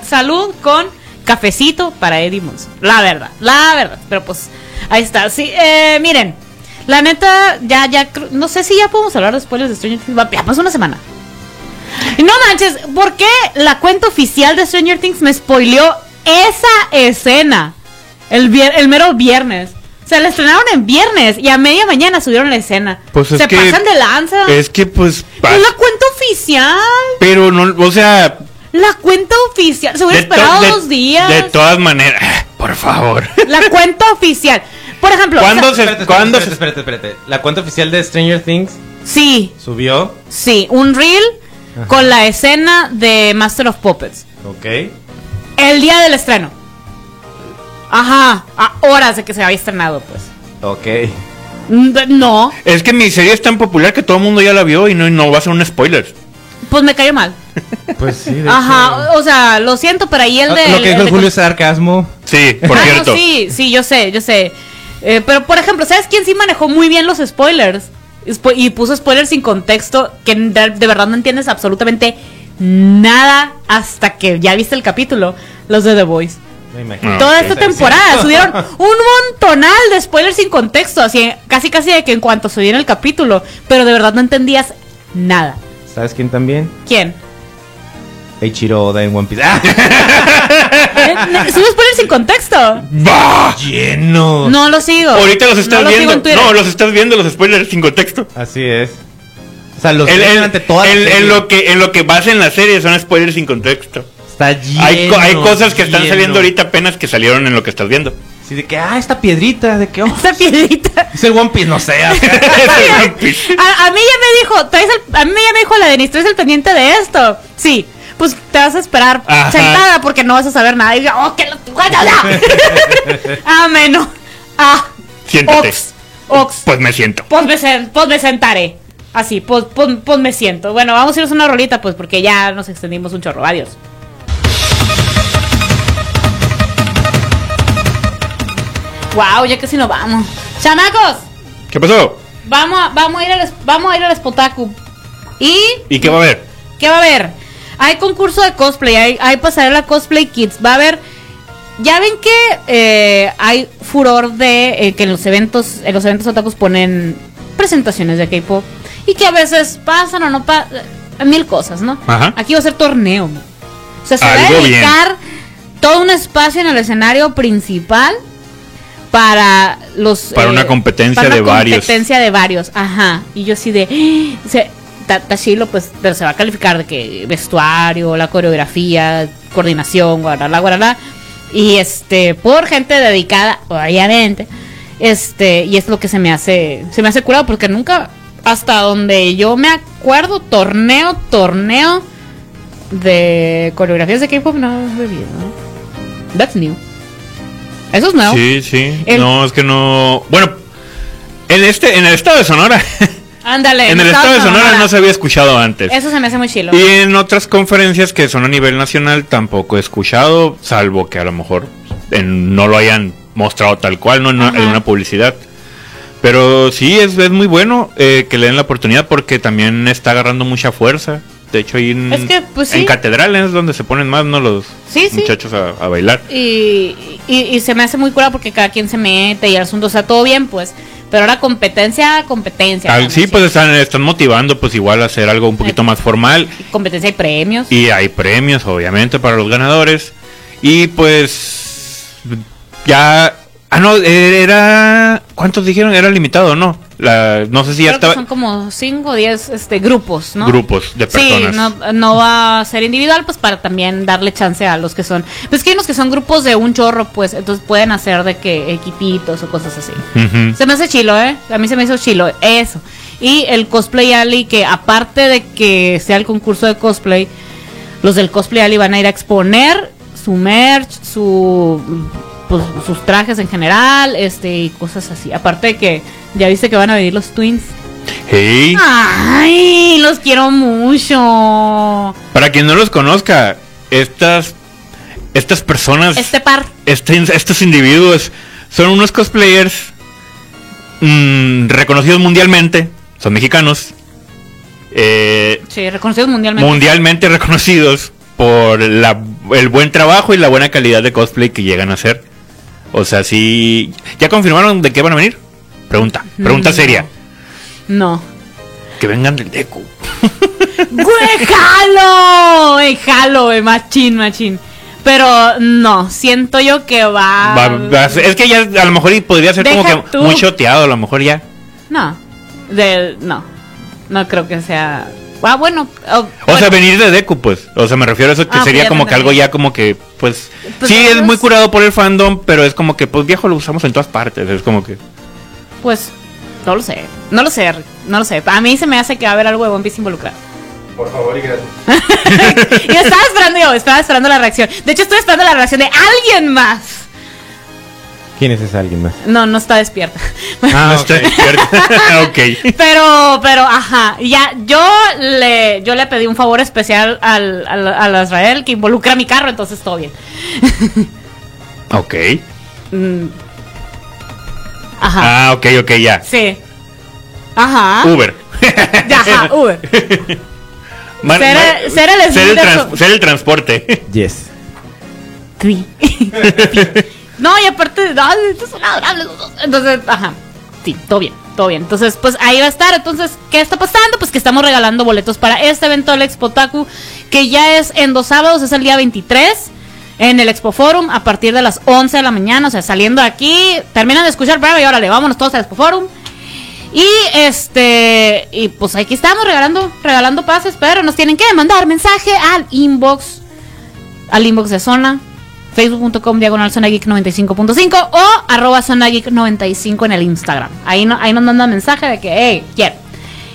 A: salud con cafecito para Edimons. La verdad, la verdad. Pero pues, ahí está. Sí, eh, miren. La neta, ya, ya, cr- no sé si ya podemos hablar de spoilers de Stranger Things. Va, Ya pasó una semana. Y No manches, ¿por qué la cuenta oficial de Stranger Things me spoileó esa escena? El, vier- el mero viernes. O sea, la estrenaron en viernes y a media mañana subieron la escena.
C: Pues es
A: Se
C: que-
A: pasan de lanza.
C: Es que pues pa-
A: Es la cuenta oficial.
C: pero no, o sea,
A: La cuenta oficial. Se hubiera
C: to-
A: esperado
C: de-
A: dos días.
C: De todas maneras, (laughs) por favor.
A: la cuenta oficial. Por ejemplo.
C: ¿Cuándo
A: o sea,
C: se-
B: Espérate,
C: ¿cuándo
B: espérate,
C: se-
B: espérate, espérate, espérate. La cuenta oficial de Stranger Things
A: Sí,
B: subió.
A: sí. Un reel con la escena de Master of Puppets.
B: Ok.
A: El día del estreno. Ajá. A horas de que se había estrenado, pues.
B: Ok.
A: Mm, No.
C: Es que mi serie es tan popular que todo el mundo ya la vio y no, no va a ser un spoiler.
A: Pues me cayó mal.
E: Pues sí, de
A: Ajá. O sea, Ah, lo siento, pero
C: Ah,
A: ahí el de.
B: Lo que
A: el
B: dijo
A: de-
B: el Julio es sarcasmo.
C: Sí, por
A: Ah, no,
C: cierto.
A: sí, sí, yo sé, yo sé. Eh, pero, por ejemplo, ¿sabes quién sí manejó muy bien los spoilers? Spo- y puso spoilers sin contexto que en real- de verdad no entiendes absolutamente nada hasta que ya viste el capítulo. Los de The Voice.
B: Me imagino.
C: Ah,
A: Toda
B: ok.
A: esta
B: Sí,
A: temporada
C: (laughs)
B: sí.
A: subieron un montonal de spoilers sin contexto. Así, casi, casi de que en cuanto subiera el capítulo. Pero de verdad no entendías nada.
B: (laughs) ¿Sabes quién también?
A: ¿Quién?
B: Eiichiro Oda en One Piece. (laughs) ¡Ah!
A: Eh, Sube spoilers sin contexto.
C: ¡Bah!
B: ¡Lleno!
A: No lo sigo.
C: Ahorita los estás
A: No lo sigo en
C: viendo.
A: Twitter.
C: no, los estás viendo los spoilers sin contexto.
B: Así es. O sea, los
C: En-
B: ves
C: en-
B: durante toda la
C: en-
B: serie.
C: en lo que en lo que vas en la serie son spoilers sin contexto.
B: Está lleno.
C: Hay, co- hay cosas que están
B: lleno.
C: saliendo ahorita apenas que salieron en lo que estás viendo.
B: Sí, de que, ah, esta piedrita, de
A: (laughs)
B: que, oh,
A: Esta piedrita.
B: es el One Piece, no
A: (laughs)
B: sé. acá.
C: Es One Piece.
A: A, a mí ya me dijo, traes el- a mí ya me dijo la Denise, traes el pendiente de esto. Sí, pues te vas a esperar
C: Ajá.
A: sentada porque no vas a saber nada. Y yo, oh, que lo guarda,
C: (laughs)
A: ya. Ah, menos. Ah,
C: Siéntate.
A: ox, ox,
C: Pues me siento.
A: pues me, sen- pues me sentaré. Así, pues, pues- pues me siento. Bueno, vamos a irnos a una rolita, pues, porque ya nos extendimos un chorro. Adiós. Wow, ya casi nos vamos. ¡Chamacos!
C: ¿Qué pasó?
A: Vamos a, vamos a ir al vamos a ir al Spotaku. ¿Y
C: ¿Y qué va a haber?
A: qué va a haber? Hay concurso de cosplay, hay, hay pasarela cosplay kids, va a haber ya ven que eh, hay furor de eh, que en los eventos, en los eventos otakus ponen presentaciones de K-pop y que a veces pasan o no pasan mil cosas, ¿no?
C: Ajá.
A: Aquí va a ser torneo. mo. O sea, se va
C: Algo
A: a
C: bien.
A: dedicar todo un espacio en el escenario principal para los eh,
C: Para una competencia de varios.
A: competencia de varios, ajá. Y yo así de ¡Ah! se, Ta- Tashilo pues pero se va a calificar de que vestuario, la coreografía, coordinación, guarala, guarala. Y este, por gente dedicada, obviamente. Este, y es lo que se me hace, se me hace curado porque nunca, hasta donde yo me acuerdo, torneo, torneo de coreografías de K-pop, no, baby, no. That's new. Eso es nuevo.
C: Sí, sí.
A: El-
C: No, es que no. Bueno, en este, en el estado de Sonora. (laughs)
A: Ándale.
C: en el estado de Sonora, no se había escuchado antes.
A: Eso se me hace muy chilo.
C: Y en otras conferencias que son a nivel nacional tampoco he escuchado, salvo que a lo mejor en- no lo hayan mostrado tal cual, no en una,
A: Ajá.
C: en una publicidad. Pero sí, es, es muy bueno eh, que le den la oportunidad porque también está agarrando mucha fuerza. De hecho, ahí en,
A: Es que, pues,
C: en
A: sí.
C: catedrales es donde se ponen más no los
A: Sí, sí.
C: muchachos a, a bailar.
A: Y, y- y se me hace muy cura porque cada quien se mete y el asunto, o sea, todo bien, pues. Pero ahora competencia, competencia.
C: Al-
A: ganan,
C: sí, pues están, están motivando pues igual a hacer algo un poquito más formal.
A: Competencia y premios.
C: Y hay premios, obviamente, para los ganadores. Y pues. Ya. Ah, no, era. ¿Cuántos dijeron? Era limitado, ¿no? La, no sé si ya
A: Creo que
C: estaba.
A: son como 5 o 10 este, grupos, ¿no?
C: Grupos de personas.
A: Sí, no, no va a ser individual, pues para también darle chance a los que son. Pues que hay unos que son grupos de un chorro, pues entonces pueden hacer de que equipitos o cosas así.
C: Ujú.
A: Se me hace chilo, ¿eh? A mí se me hizo chilo, eso. Y el Cosplay Alley, que aparte de que sea el concurso de cosplay, los del Cosplay Alley van a ir a exponer su merch, su, pues, sus trajes en general, este, y cosas así. Aparte de que ya viste que van a venir los Twins.
C: Sí.
A: Ah. ¡Ay! Los quiero mucho.
C: Para quien no los conozca, estas. Estas personas.
A: Este par.
C: este- estos individuos son unos cosplayers mm, reconocidos mundialmente. Son mexicanos. Eh,
A: Sí, reconocidos mundialmente.
C: mundialmente reconocidos por la- el buen trabajo y la buena calidad de cosplay que llegan a hacer. O sea, sí. ¿Ya confirmaron de qué van a venir? Pregunta,
A: Mm.
C: pregunta
A: No.
C: seria.
A: No.
C: Que vengan del Deku.
A: ¡Güey, jalo! Güey, jalo, güey, machín, machín. Pero no, siento yo que va.
C: Va- va a ser- es que ya a lo mejor y podría ser
A: Ah. Deja
C: como que
A: tú.
C: muy choteado, a lo mejor ya.
A: No. Del- no. No creo que sea. Ah, bueno. oh,
C: O sea,
A: bueno,
C: venir de Deku, pues. O sea, me refiero a eso que
A: Ah, pues
C: sería
A: ya
C: como
A: te
C: que algo
A: entendí.
C: ya como que, pues.
A: Pues
C: sí, es
A: vámonos.
C: muy curado por el fandom, pero es como que, pues viejo, lo usamos en todas partes. Es como que.
A: pues. No lo sé. No lo sé, no lo sé. A mí se me hace que va a haber algo de One Piece
C: (laughs)
A: involucrado.
B: Por favor y gracias.
A: Y yo estaba esperando yo, estaba esperando la reacción. De hecho, estoy esperando la reacción de alguien más.
E: ¿Quién es ese alguien más?
A: No, no está despierta.
C: Ah, está despierto. ok.
A: Pero, pero, ajá, ya, yo le, yo le pedí un favor especial al, al, al Israel que involucra mi carro, entonces todo bien.
C: (laughs) Ok.
A: Mm. Ajá,
C: Ah, ok, ok, ya.
A: sí. Ajá,
C: Uber.
A: ya, ajá, Uber.
C: Man-
A: Ser
C: man-
A: el- ser el
C: ser
A: Slim de
C: trans-
A: su-
C: ser el transporte. (laughs)
E: Yes.
A: Cri. (laughs) no, y aparte, ay, estos son adorables los dos. Entonces, ajá, sí, todo bien, todo bien. Entonces, pues ahí va a estar. Entonces, ¿qué está pasando? Pues que estamos regalando boletos para este evento del Expo Taku, que ya es en dos sábados, es el día 23. En el Expo Forum a partir de las 11 de la mañana, o sea, saliendo de aquí, terminan de escuchar, bravo, y órale, vámonos todos al Expo Forum. Y este, y pues aquí estamos regalando, regalando pases, pero nos tienen que mandar mensaje al inbox, al inbox de Zona, facebook.com diagonal Zona Geek 95.5 o arroba Zona Geek 95 en el Instagram. Ahí, no, ahí nos mandan mensaje de que, hey, quiero.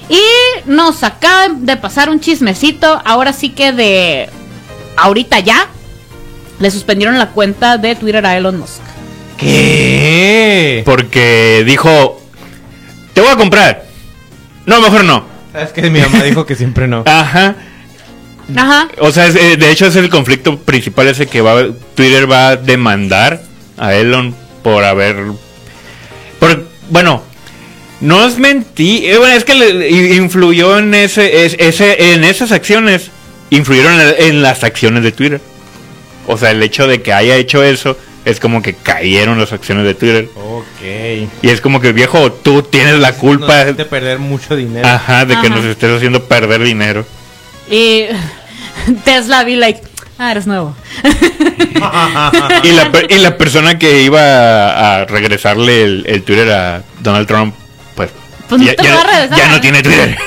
A: Y nos acaban de pasar un chismecito, ahora sí que de ahorita ya, le suspendieron la cuenta de Twitter a Elon Musk.
E: ¿Qué?
C: Porque dijo: Te voy a comprar. No, mejor no.
E: Sabes que mi mamá dijo que siempre no.
C: Ajá.
A: Ajá.
C: O sea, es, eh, de hecho es el conflicto principal ese que va Twitter va a demandar a Elon por haber por bueno, no es mentí, eh, bueno, es que le- i- influyó en ese, es- ese en esas acciones influyeron en, en las acciones de Twitter. O sea, el hecho de que haya hecho eso es como que cayeron las acciones de Twitter
E: Ok.
C: y es como que viejo, tú tienes la culpa
B: este
E: de perder mucho dinero.
C: ajá, de que
A: Ajá.
C: nos estés haciendo perder dinero.
A: Y (laughs) Tesla vi like, ah, eres nuevo.
E: Ah.
C: (laughs) y, la per- y la persona que iba a, a regresarle el, el Twitter a Donald Trump, pues,
A: Pues no
C: ya,
A: te lo
C: ya-
A: va a regresar.
C: ya no tiene
A: (laughs)
C: Twitter.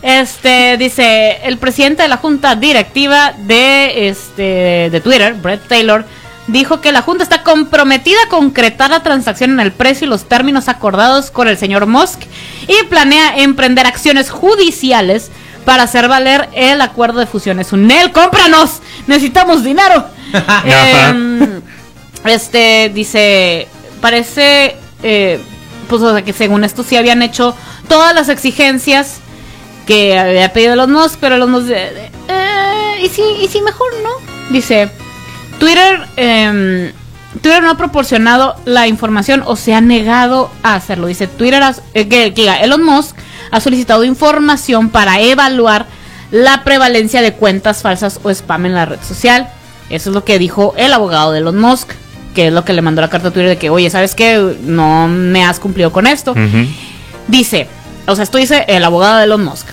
A: Este dice el presidente de la junta directiva de este de Twitter, Brett Taylor, dijo que la junta está comprometida a concretar la transacción en el precio y los términos acordados con el señor Musk y planea emprender acciones judiciales para hacer valer el acuerdo de fusión. Es un NEL, cómpranos, necesitamos dinero. Em, este dice, parece, eh, pues o sea, que según esto sí habían hecho todas las exigencias que había pedido los Musk, pero los Musk, de- de, "Eh, y sí, y sí mejor, ¿no? Dice, Twitter, em, Twitter no ha proporcionado la información o se ha negado a hacerlo. Dice Twitter, ha- eh, que, que diga, Elon Musk ha solicitado información para evaluar la prevalencia de cuentas falsas o spam en la red social. Eso es lo que dijo el abogado de Elon Musk. que es lo que le mandó la carta a Twitter de que, oye, ¿sabes qué? No me has cumplido con esto.
C: Ujú.
A: Dice, o sea, esto dice el abogado de Elon Musk.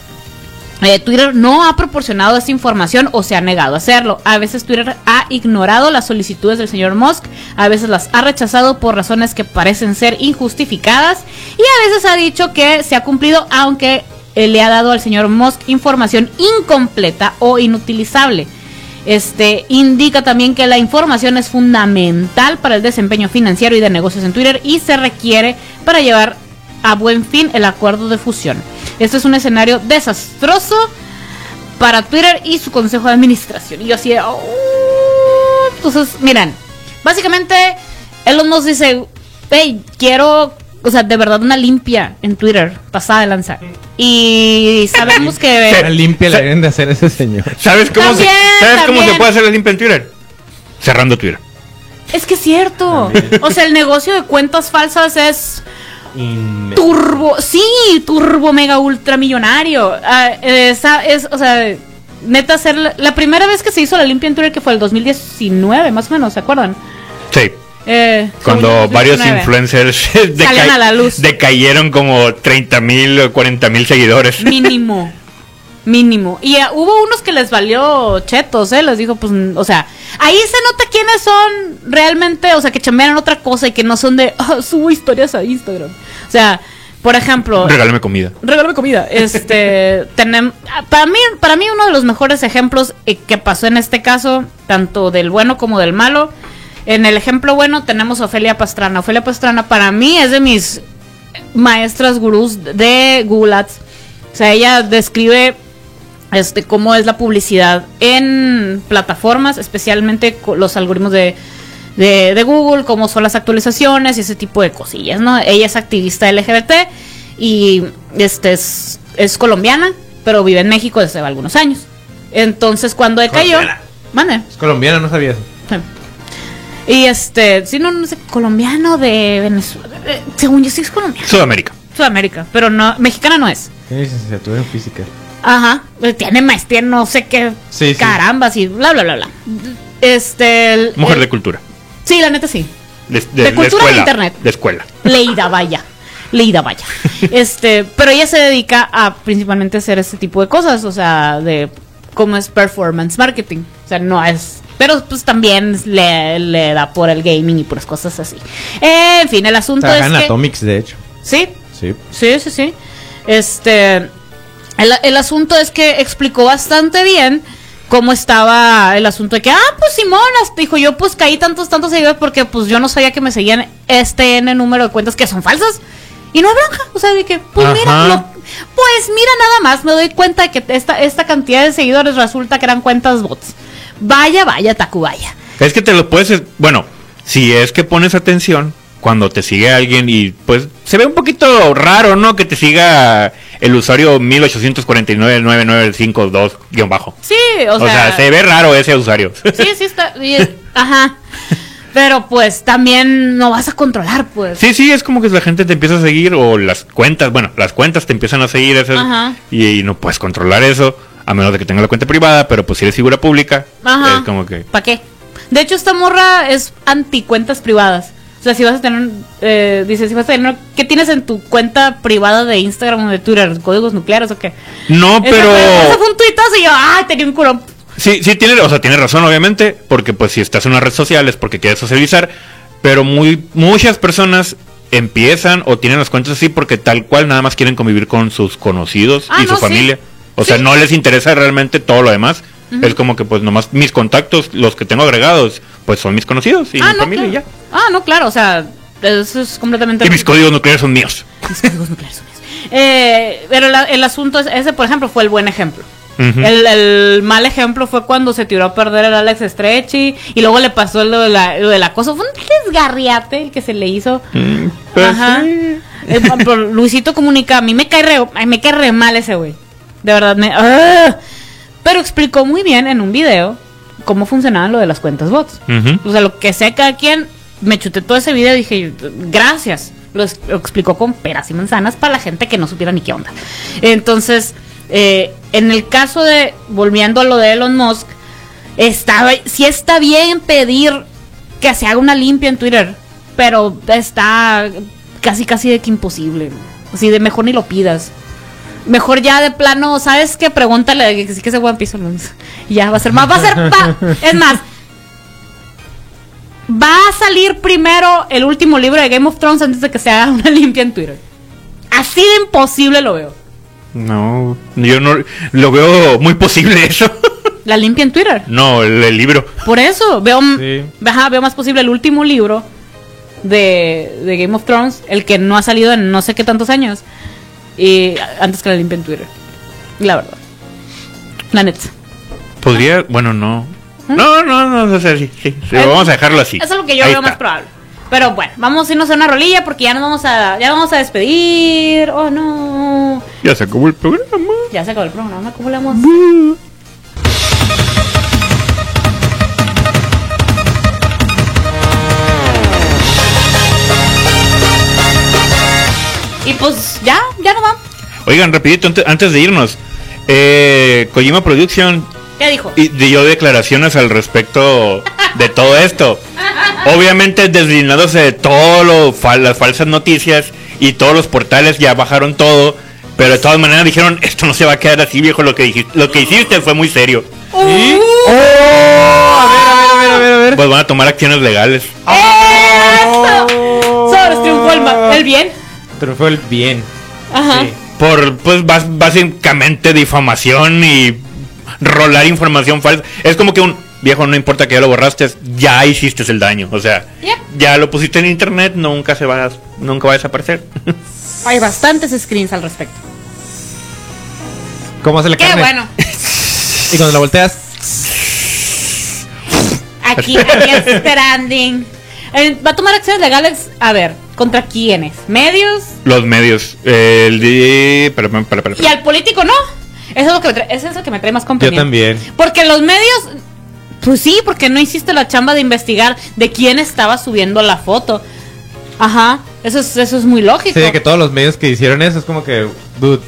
A: Eh, Twitter no ha proporcionado esta información o se ha negado a hacerlo. A veces Twitter ha ignorado las solicitudes del señor Musk, a veces las ha rechazado por razones que parecen ser injustificadas y a veces ha dicho que se ha cumplido aunque eh, le ha dado al señor Musk información incompleta o inutilizable. Este indica también que la información es fundamental para el desempeño financiero y de negocios en Twitter y se requiere para llevar a buen fin el acuerdo de fusión. Este es un escenario desastroso para Twitter y su consejo de administración. Y yo así, de, "Oh". entonces, miren, básicamente Elon nos dice, hey, quiero, o sea, de verdad una limpia en Twitter, pasada de lanzar. Y sabemos que...
E: Era (laughs) limpia la deben de hacer ese señor.
C: (laughs) ¿Sabes cómo,
A: También,
C: se, ¿sabes cómo
A: también.
C: se puede hacer la limpia en Twitter? Cerrando Twitter.
A: Es que es cierto. O sea, el negocio de cuentas falsas es
E: Inme-
A: turbo, sí, turbo mega ultra millonario. Ah, esa es, o sea, neta ser la, la primera vez que se hizo la limpia en Twitter que fue el 2019, más o menos, ¿se acuerdan?
C: Sí.
A: Eh,
C: Cuando
A: según yo,
C: varios
A: 2019.
C: influencers (laughs)
A: Salían a la luz.
C: decayeron como 30 mil o 40 mil seguidores.
A: Mínimo. Mínimo. Y ah, hubo unos que les valió chetos, ¿eh? Les dijo, pues, mm, o sea, ahí se nota quiénes son realmente, o sea, que chambean otra cosa y que no son de, (laughs) "Ah, subo historias a Instagram. O sea, por ejemplo,
C: Regálame comida.
A: Regálame comida. Este, tenem- ah, para mí, para mí uno de los mejores ejemplos eh, que pasó en este caso, tanto del bueno como del malo. En el ejemplo bueno tenemos a Ofelia Pastrana. Ofelia Pastrana para mí es de mis maestras gurús de Google Ads. O sea, ella describe este cómo es la publicidad en plataformas, especialmente co- los algoritmos de de, de Google, cómo son las actualizaciones y ese tipo de cosillas, ¿no? Ella es activista LGBT y este es, es colombiana, pero vive en México desde algunos años. Entonces, cuando decayó...
E: Colombiana.
A: Mande.
E: Es colombiana, no sabías.
A: Y este, si no, no sé, colombiano de Venezuela. eh, Según yo sí es colombiano.
C: Sudamérica.
A: Sudamérica, pero no, mexicana no es.
E: Tiene licenciatura en física.
A: Ajá, eh, tiene maestría, en no sé qué
E: Sí, sí.
A: carambas y bla, bla, bla, bla. Este. el-
C: Mujer
A: el-
C: de cultura.
A: Sí, la neta sí.
C: De,
A: De cultura de
C: escuela.
A: internet.
C: De escuela.
A: Leida Vaya.
E: (laughs)
A: Leida Vaya. Este, pero ella se dedica a principalmente hacer este tipo de cosas, o sea, de cómo es performance marketing. O sea, no es. Pero pues también le, le da por el gaming y por las cosas así. En fin, el asunto
E: Trabaja en
A: es. Que,
E: Atomics, de hecho.
A: sí,
E: Sí.
A: sí, sí, sí. Este. El, el asunto es que explicó bastante bien cómo estaba el asunto de que, ah, pues Simón, hasta dijo yo, pues caí tantos, tantos seguidores porque pues yo no sabía que me seguían este N número de cuentas que son falsas. Y no hay bronca, o sea, de que, pues mira,
C: Ajá.
A: lo- pues mira nada más, me doy cuenta de que esta, esta cantidad de seguidores resulta que eran cuentas bots. Vaya, vaya, Tacubaya.
C: Es que te lo puedes. Bueno, si es que pones atención cuando te sigue alguien y pues se ve un poquito raro, ¿no? Que te siga el usuario 1849-9952-bajo.
A: Sí,
C: O, sea, se ve raro ese usuario.
A: Sí, sí está. y es- ajá. Pero pues también no vas a controlar, pues.
C: (laughs) Sí, sí, es como que la gente te empieza a seguir o las cuentas, bueno, las cuentas te empiezan a seguir esas-
A: Ajá.
C: y, y no puedes controlar eso, a menos de que tengas la cuenta privada, pero pues si eres figura pública,
A: Ajá.
C: es como que...
A: ¿Para qué? De hecho, esta morra es anti cuentas privadas. O sea, si vas a tener. Eh, dice, si vas a tener. ¿Qué tienes en tu cuenta privada de Instagram o de Twitter? ¿Códigos nucleares o qué?
C: No,
A: Ese
C: pero...
A: fue- ese fue un tuitazo y yo, ¡ay! Tenía un curón.
C: Sí, sí, tiene, o sea, tiene razón, obviamente, porque pues si estás en una red social es porque quieres socializar, pero muy, muchas personas empiezan o tienen las cuentas así porque tal cual nada más quieren convivir con sus conocidos
A: Ah,
C: y su
A: no, sí.
C: familia. O
A: Sí.
C: sea, no les interesa realmente todo lo demás. Es como que pues nomás mis contactos, los que tengo agregados, pues son mis conocidos y mi familia y
A: claro.
C: ya.
A: Ah, no, claro, o sea, eso es completamente.
C: Y mis códigos nucleares son míos.
A: Mis códigos nucleares son esos. Eh, pero la- el asunto es, ese, por ejemplo, fue el buen ejemplo.
C: Ujú.
A: el, el mal ejemplo fue cuando se tiró a perder el Alex Stretchy y luego le pasó lo, de la, lo del acoso. Fue un desgarriate el que se le hizo.
C: Mm, pues,
A: Ajá.
C: sí.
A: Eh, por ejemplo, Luisito comunica, a mí me cae re, ay, me cae re mal ese güey. De verdad, me. ¡ah! Pero explicó muy bien en un video cómo funcionaba lo de las cuentas bots.
C: Ujú.
A: O sea, lo que sea cada quien, me chuté todo ese video y dije, gracias. Lo, es- lo explicó con peras y manzanas para la gente que no supiera ni qué onda. Entonces, eh, en el caso de, volviendo a lo de Elon Musk, estaba, sí está bien pedir que se haga una limpia en Twitter. Pero está casi, casi de que imposible. Así de mejor ni lo pidas. Mejor ya de plano, ¿sabes qué? Pregúntale que sí que se One Piece. Alonso. Ya va a ser más. Va a ser. va- es más. Va a salir primero el último libro de Game of Thrones antes de que se haga una (laughs) limpia en Twitter. Así de imposible lo veo.
C: No, yo no lo veo muy posible eso.
A: La limpia en Twitter.
C: (laughs) No, el, el libro.
A: Por eso, veo,
E: Sí.
A: ajá, veo más posible el último libro de, de Game of Thrones, el que no ha salido en no sé qué tantos años, y antes que la limpie en Twitter. La verdad. La neta.
C: Podría, bueno, no. No, no, no, no sé, sí, sí, sí,
A: Eh,
C: vamos a dejarlo así.
A: Eso ¿Mm? es lo que yo
C: Ahí
A: veo más
C: está.
A: probable. Pero bueno, vamos a irnos a una rolilla porque ya nos vamos a, ya nos vamos a despedir. Oh no.
C: Ya se acabó el programa.
A: Ya se acabó el programa, ¿cómo le vamos? Y pues ya, ya no va.
C: Oigan, rapidito, ante- antes de irnos, eh, Kojima Production
A: ¿Qué dijo?
C: y dio declaraciones al respecto de todo esto. Obviamente deslindándose de todas las falsas noticias y todos los portales ya bajaron todo. Pero de todas maneras dijeron, esto no se va a quedar así, viejo, lo que, dijis- lo que hiciste fue muy serio.
E: ¡Oh! A ver, a ver, a ver, a ver.
C: Pues van a tomar acciones legales.
E: ¡Oh!
A: ¡Eso! Sobres triunfó el, ma- el bien.
E: Pero fue el bien.
A: Ajá.
E: Sí.
C: Por, pues, bas- básicamente difamación y rolar información falsa. Es como que un viejo, no importa que ya lo borraste, ya hiciste el daño. O sea,
A: Yep.
C: ya lo pusiste en internet, nunca se va a, nunca va a desaparecer. (laughs)
A: Hay bastantes screens al respecto.
E: ¿Cómo hace la
A: Qué
E: carne?
A: bueno.
E: Y cuando la volteas,
A: Aquí, aquí es Stranding. Eh, Va a tomar acciones legales. A ver, ¿contra quiénes? ¿Medios?
C: Los medios. eh, El de. Para, para, para, para.
A: Y al político no. Eso es lo que me trae, eso es lo que me trae más
E: yo
A: compañía.
E: también.
A: Porque los medios. Pues sí, porque no hiciste la chamba de investigar de quién estaba subiendo la foto. Ajá. Eso es, eso es muy lógico.
E: Sí, de que todos los medios que hicieron eso es como que, dude,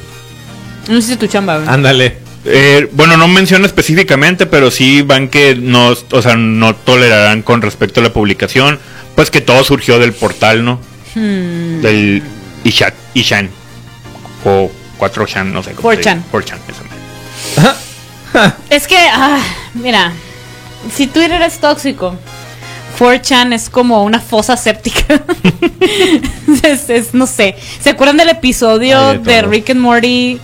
A: No hiciste tu chamba, güey.
E: ándale.
C: Eh, bueno, no menciona específicamente, pero sí van que no, o sea, no tolerarán con respecto a la publicación, pues que todo surgió del portal, ¿no? Del Isha- Ishan. O 4chan, no sé cómo. se dice.
A: 4chan.
C: 4chan, esa madre.
A: Es que, ah, mira, si Twitter es tóxico, 4chan es como una fosa séptica. (laughs) Es- es- no sé. ¿Se acuerdan del episodio
E: Hay de
A: de,
E: todo.
A: Rick and Morty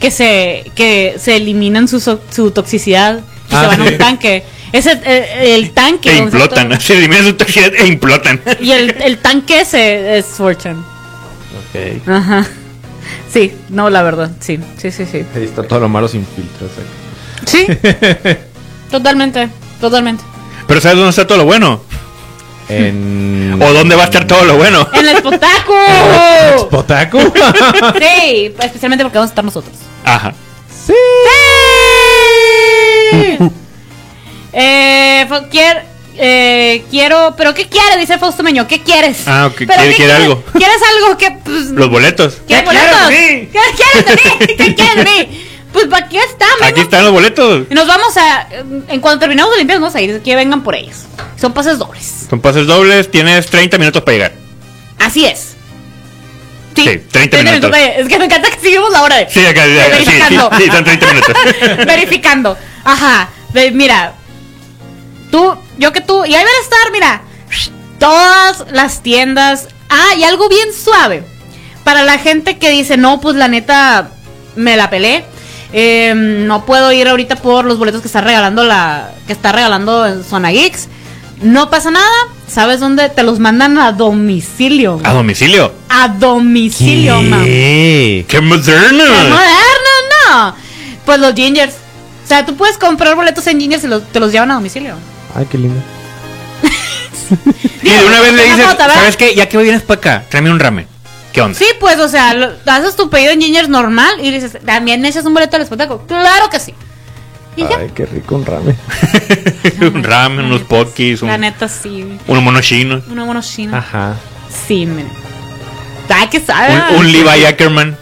A: que se, que se eliminan su, so- su toxicidad y
E: Ah,
A: se van a
E: sí.
A: un tanque? Ese, eh, el tanque.
C: E
A: donde está
C: (laughs) implotan, se eliminan su toxicidad e implotan. (laughs)
A: todo- Y el, el tanque ese es 4chan.
E: Ok.
A: Ajá. Sí, no, la verdad. Sí, sí, sí, sí.
E: Ahí está todo lo malo sin filtros. eh. (laughs)
A: Sí. totalmente, totalmente.
C: Pero ¿sabes dónde está todo lo bueno?
B: Mm.
E: En.
C: ¿O dónde va a estar todo lo bueno?
A: En el potaco.
C: (laughs)
E: (laughs) ¿Potaco?
A: Sí, especialmente porque vamos a estar nosotros.
C: Ajá.
E: sí.
A: Eh, fa- quier- eh, quiero, pero ¿qué quieres? Dice Fausto Meño, ¿qué quieres?
C: Ah, ok,
A: ¿Pero
C: quiere-
A: qué
C: quiere
A: quieres?
C: algo.
A: ¿Quieres algo que pues,
C: Los boletos.
A: ¿Quieres boletos? ¿Qué quieres de mí?
C: (laughs)
A: ¿Qué quieres de mí? Pues aquí está,
C: Aquí
A: vengan.
C: están los boletos.
A: Nos vamos a, en cuanto terminamos de limpiar, nos vamos a ir, que vengan por ellos. Son pases dobles.
C: Son pases dobles, tienes 30 minutos para llegar.
A: Así es.
C: Sí, 30 minutos.
A: oye, Es que me encanta que seguimos la hora.
C: Sí, acá,
A: Pero
C: sí, sí,
A: verificando.
C: sí, son 30 minutos.
A: verificando. Ajá. Ve- mira. Tú, yo que tú. Y ahí van a estar, mira. Todas las tiendas. Ah, y algo bien suave. Para la gente que dice, no, pues la neta, me la pelé. Eh, no puedo ir ahorita por los boletos que está regalando la. que está regalando en Zona Geeks. No pasa nada. ¿Sabes dónde? Te los mandan a domicilio.
C: ¿A domicilio?
A: A domicilio, mamá.
E: Sí.
C: ¡Qué moderno!
A: ¡Qué moderno, no! Pues los gingers. O sea, tú puedes comprar boletos en gingers y los- te los llevan a domicilio.
E: Ay, qué lindo.
C: Y de una vez le
A: Una
C: dices,
A: foto, ¿verdad?
C: ¿sabes qué? Ya que hoy vienes para acá, tráeme un ramen. ¿Qué onda?
A: Sí, pues, o sea, lo- haces tu pedido en gingers normal y dices, ¿también echas un boleto al espectáculo? ¡Claro que sí! Y ya.
E: Ay, qué rico un ramen.
C: (laughs) un ramen, unos pokis,
A: pues, La
C: un, Ah.
A: neta, sí.
C: unos monos chinos,
A: Una mono china.
E: Ajá.
A: Sí, mira. ¡Ay, que sabe!
C: un, un Levi Ackerman.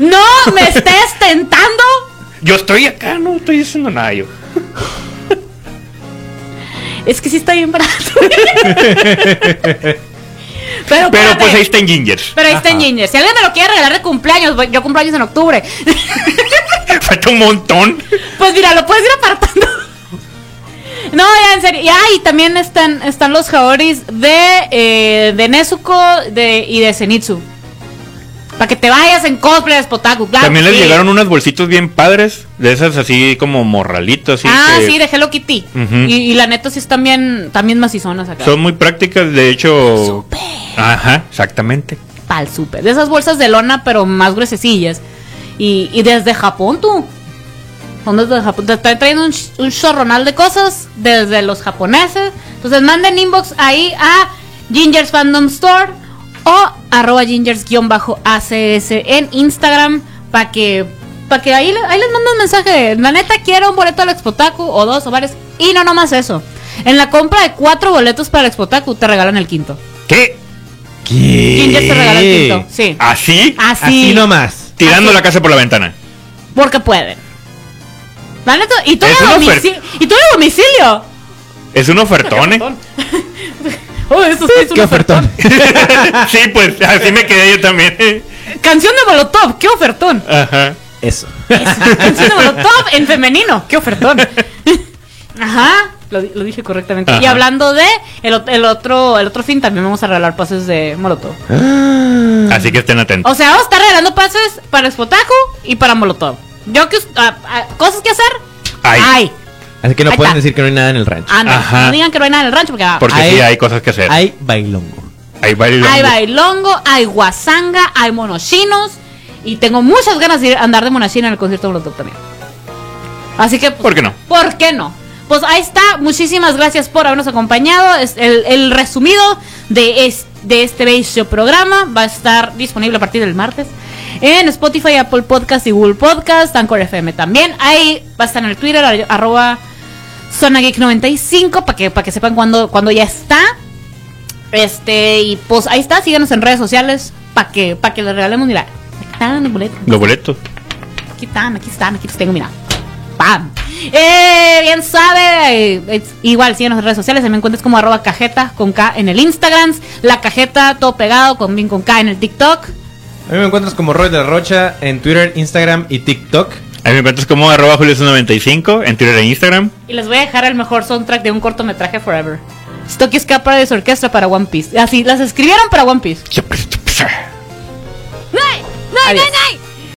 A: ¡No! ¡Me estés tentando!
C: Yo estoy acá, no estoy diciendo nada yo.
A: Es que sí está bien
C: (laughs)
A: barato. Pero,
C: Pero
A: espérate.
C: pues ahí está en Ginger.
A: Pero ahí está en Ginger. Si alguien me lo quiere regalar de cumpleaños, voy- yo cumpleaños en octubre. (laughs)
C: (laughs) Falta un montón.
A: Pues mira, lo puedes ir apartando. (laughs) No, ya en serio. Y ahí también están, están los jaoris de, eh, de Nezuko de, y de Zenitsu. Para que te vayas en cosplay de Spotaku. claro
C: También les
A: que Ah, sí.
C: llegaron unos bolsitos bien padres. De esas así como morralitos. así
A: ah,
C: que
A: sí, de Hello Kitty.
C: Ujú.
A: y, y la neta sí están bien, también macizonas acá.
C: Son muy prácticas. De hecho. Ajá, exactamente.
A: Pal súper. De esas bolsas de lona, pero más gruesecillas. Y, y desde Japón, tú. Son desde Japón. Te estoy trayendo un, ch- un chorronal de cosas desde los japoneses. Entonces manden inbox ahí a Ginger's Fandom Store o arroba gingers-acs en Instagram para que, pa que ahí, le- ahí les mando un mensaje. de, La neta, quiero un boleto al Expotaku o dos o varios. Y no nomás eso. En la compra de cuatro boletos para el Expotaku te regalan el quinto.
C: ¿Qué?
A: Ginger te regala el quinto. Sí. Ah,
C: ¿Así?
A: Así.
B: Así nomás.
C: Tirando
A: así.
C: la casa por la ventana.
A: Porque pueden. La neta, y tú
C: Es
A: de
C: una
A: domicilio. Y tú de domicilio.
C: Es (laughs) un ofertón, ¿eh?
A: Oh, eso sí es un
B: Qué ofertón.
C: sí, pues así me quedé yo también.
A: Canción de Molotov, qué ofertón.
C: Ajá.
B: Eso.
A: Canción de Molotov en femenino, qué ofertón. Ajá, lo, di- lo dije correctamente. Y
C: Ajá.
A: hablando de el, ot- el otro el otro fin, también vamos a regalar pases de Molotov.
E: Ah.
C: Así que estén atentos.
A: O sea, vamos a estar regalando pases para Spotaco y para Molotov. Yo que us- ah, ah, cosas que hacer.
C: Ay.
A: Ay.
B: Así que no
A: Ahí
B: pueden
A: está.
B: decir que no hay nada en el rancho.
A: Ah, no,
C: Ajá.
A: no digan que no hay nada en el rancho porque ah, va.
C: Porque
B: Ahí-
C: sí, hay cosas que hacer.
B: Hay bailongo.
C: Ahí va el
A: Hay
C: hongo.
A: bailongo, hay guasanga, hay monoshinos. Y tengo muchas ganas de ir a andar de monoshino en el concierto de Molotov también. Así que. pues,
C: ¿Por qué no?
A: ¿Por qué no? Pues ahí está. Muchísimas gracias por habernos acompañado. Es el, el resumido de, es- de este bello programa va a estar disponible a partir del martes. En Spotify, Apple Podcast y Google Podcast, Anchor FM también. Ahí va a estar en el Twitter, ar- arroba Zona Geek 95 para que, para que sepan cuándo cuando ya está. Este, y pues ahí está, síganos en redes sociales para que, para que les regalemos, mira, aquí están los boletos,
C: Los boletos.
A: aquí están, aquí están, aquí los tengo, mira. ¡Pam! Eh, bien sabe, eh, es- igual síganos en redes sociales, ahí me encuentras como arroba cajeta con K en el Instagram, la cajeta todo pegado con bien con K en el TikTok.
B: A mí me encuentras como Roy de la Rocha en Twitter, Instagram y TikTok.
C: Ahí me encuentras como arroba julio95 en Twitter e Instagram.
A: Y les voy a dejar el mejor soundtrack de un cortometraje forever. Stocky escapa de su orquesta para One
C: pues, ah.
A: Piece. Así, las escribieron para One Piece.
C: Siempre.
A: ¡Nay! ¡Nay, nay, nay!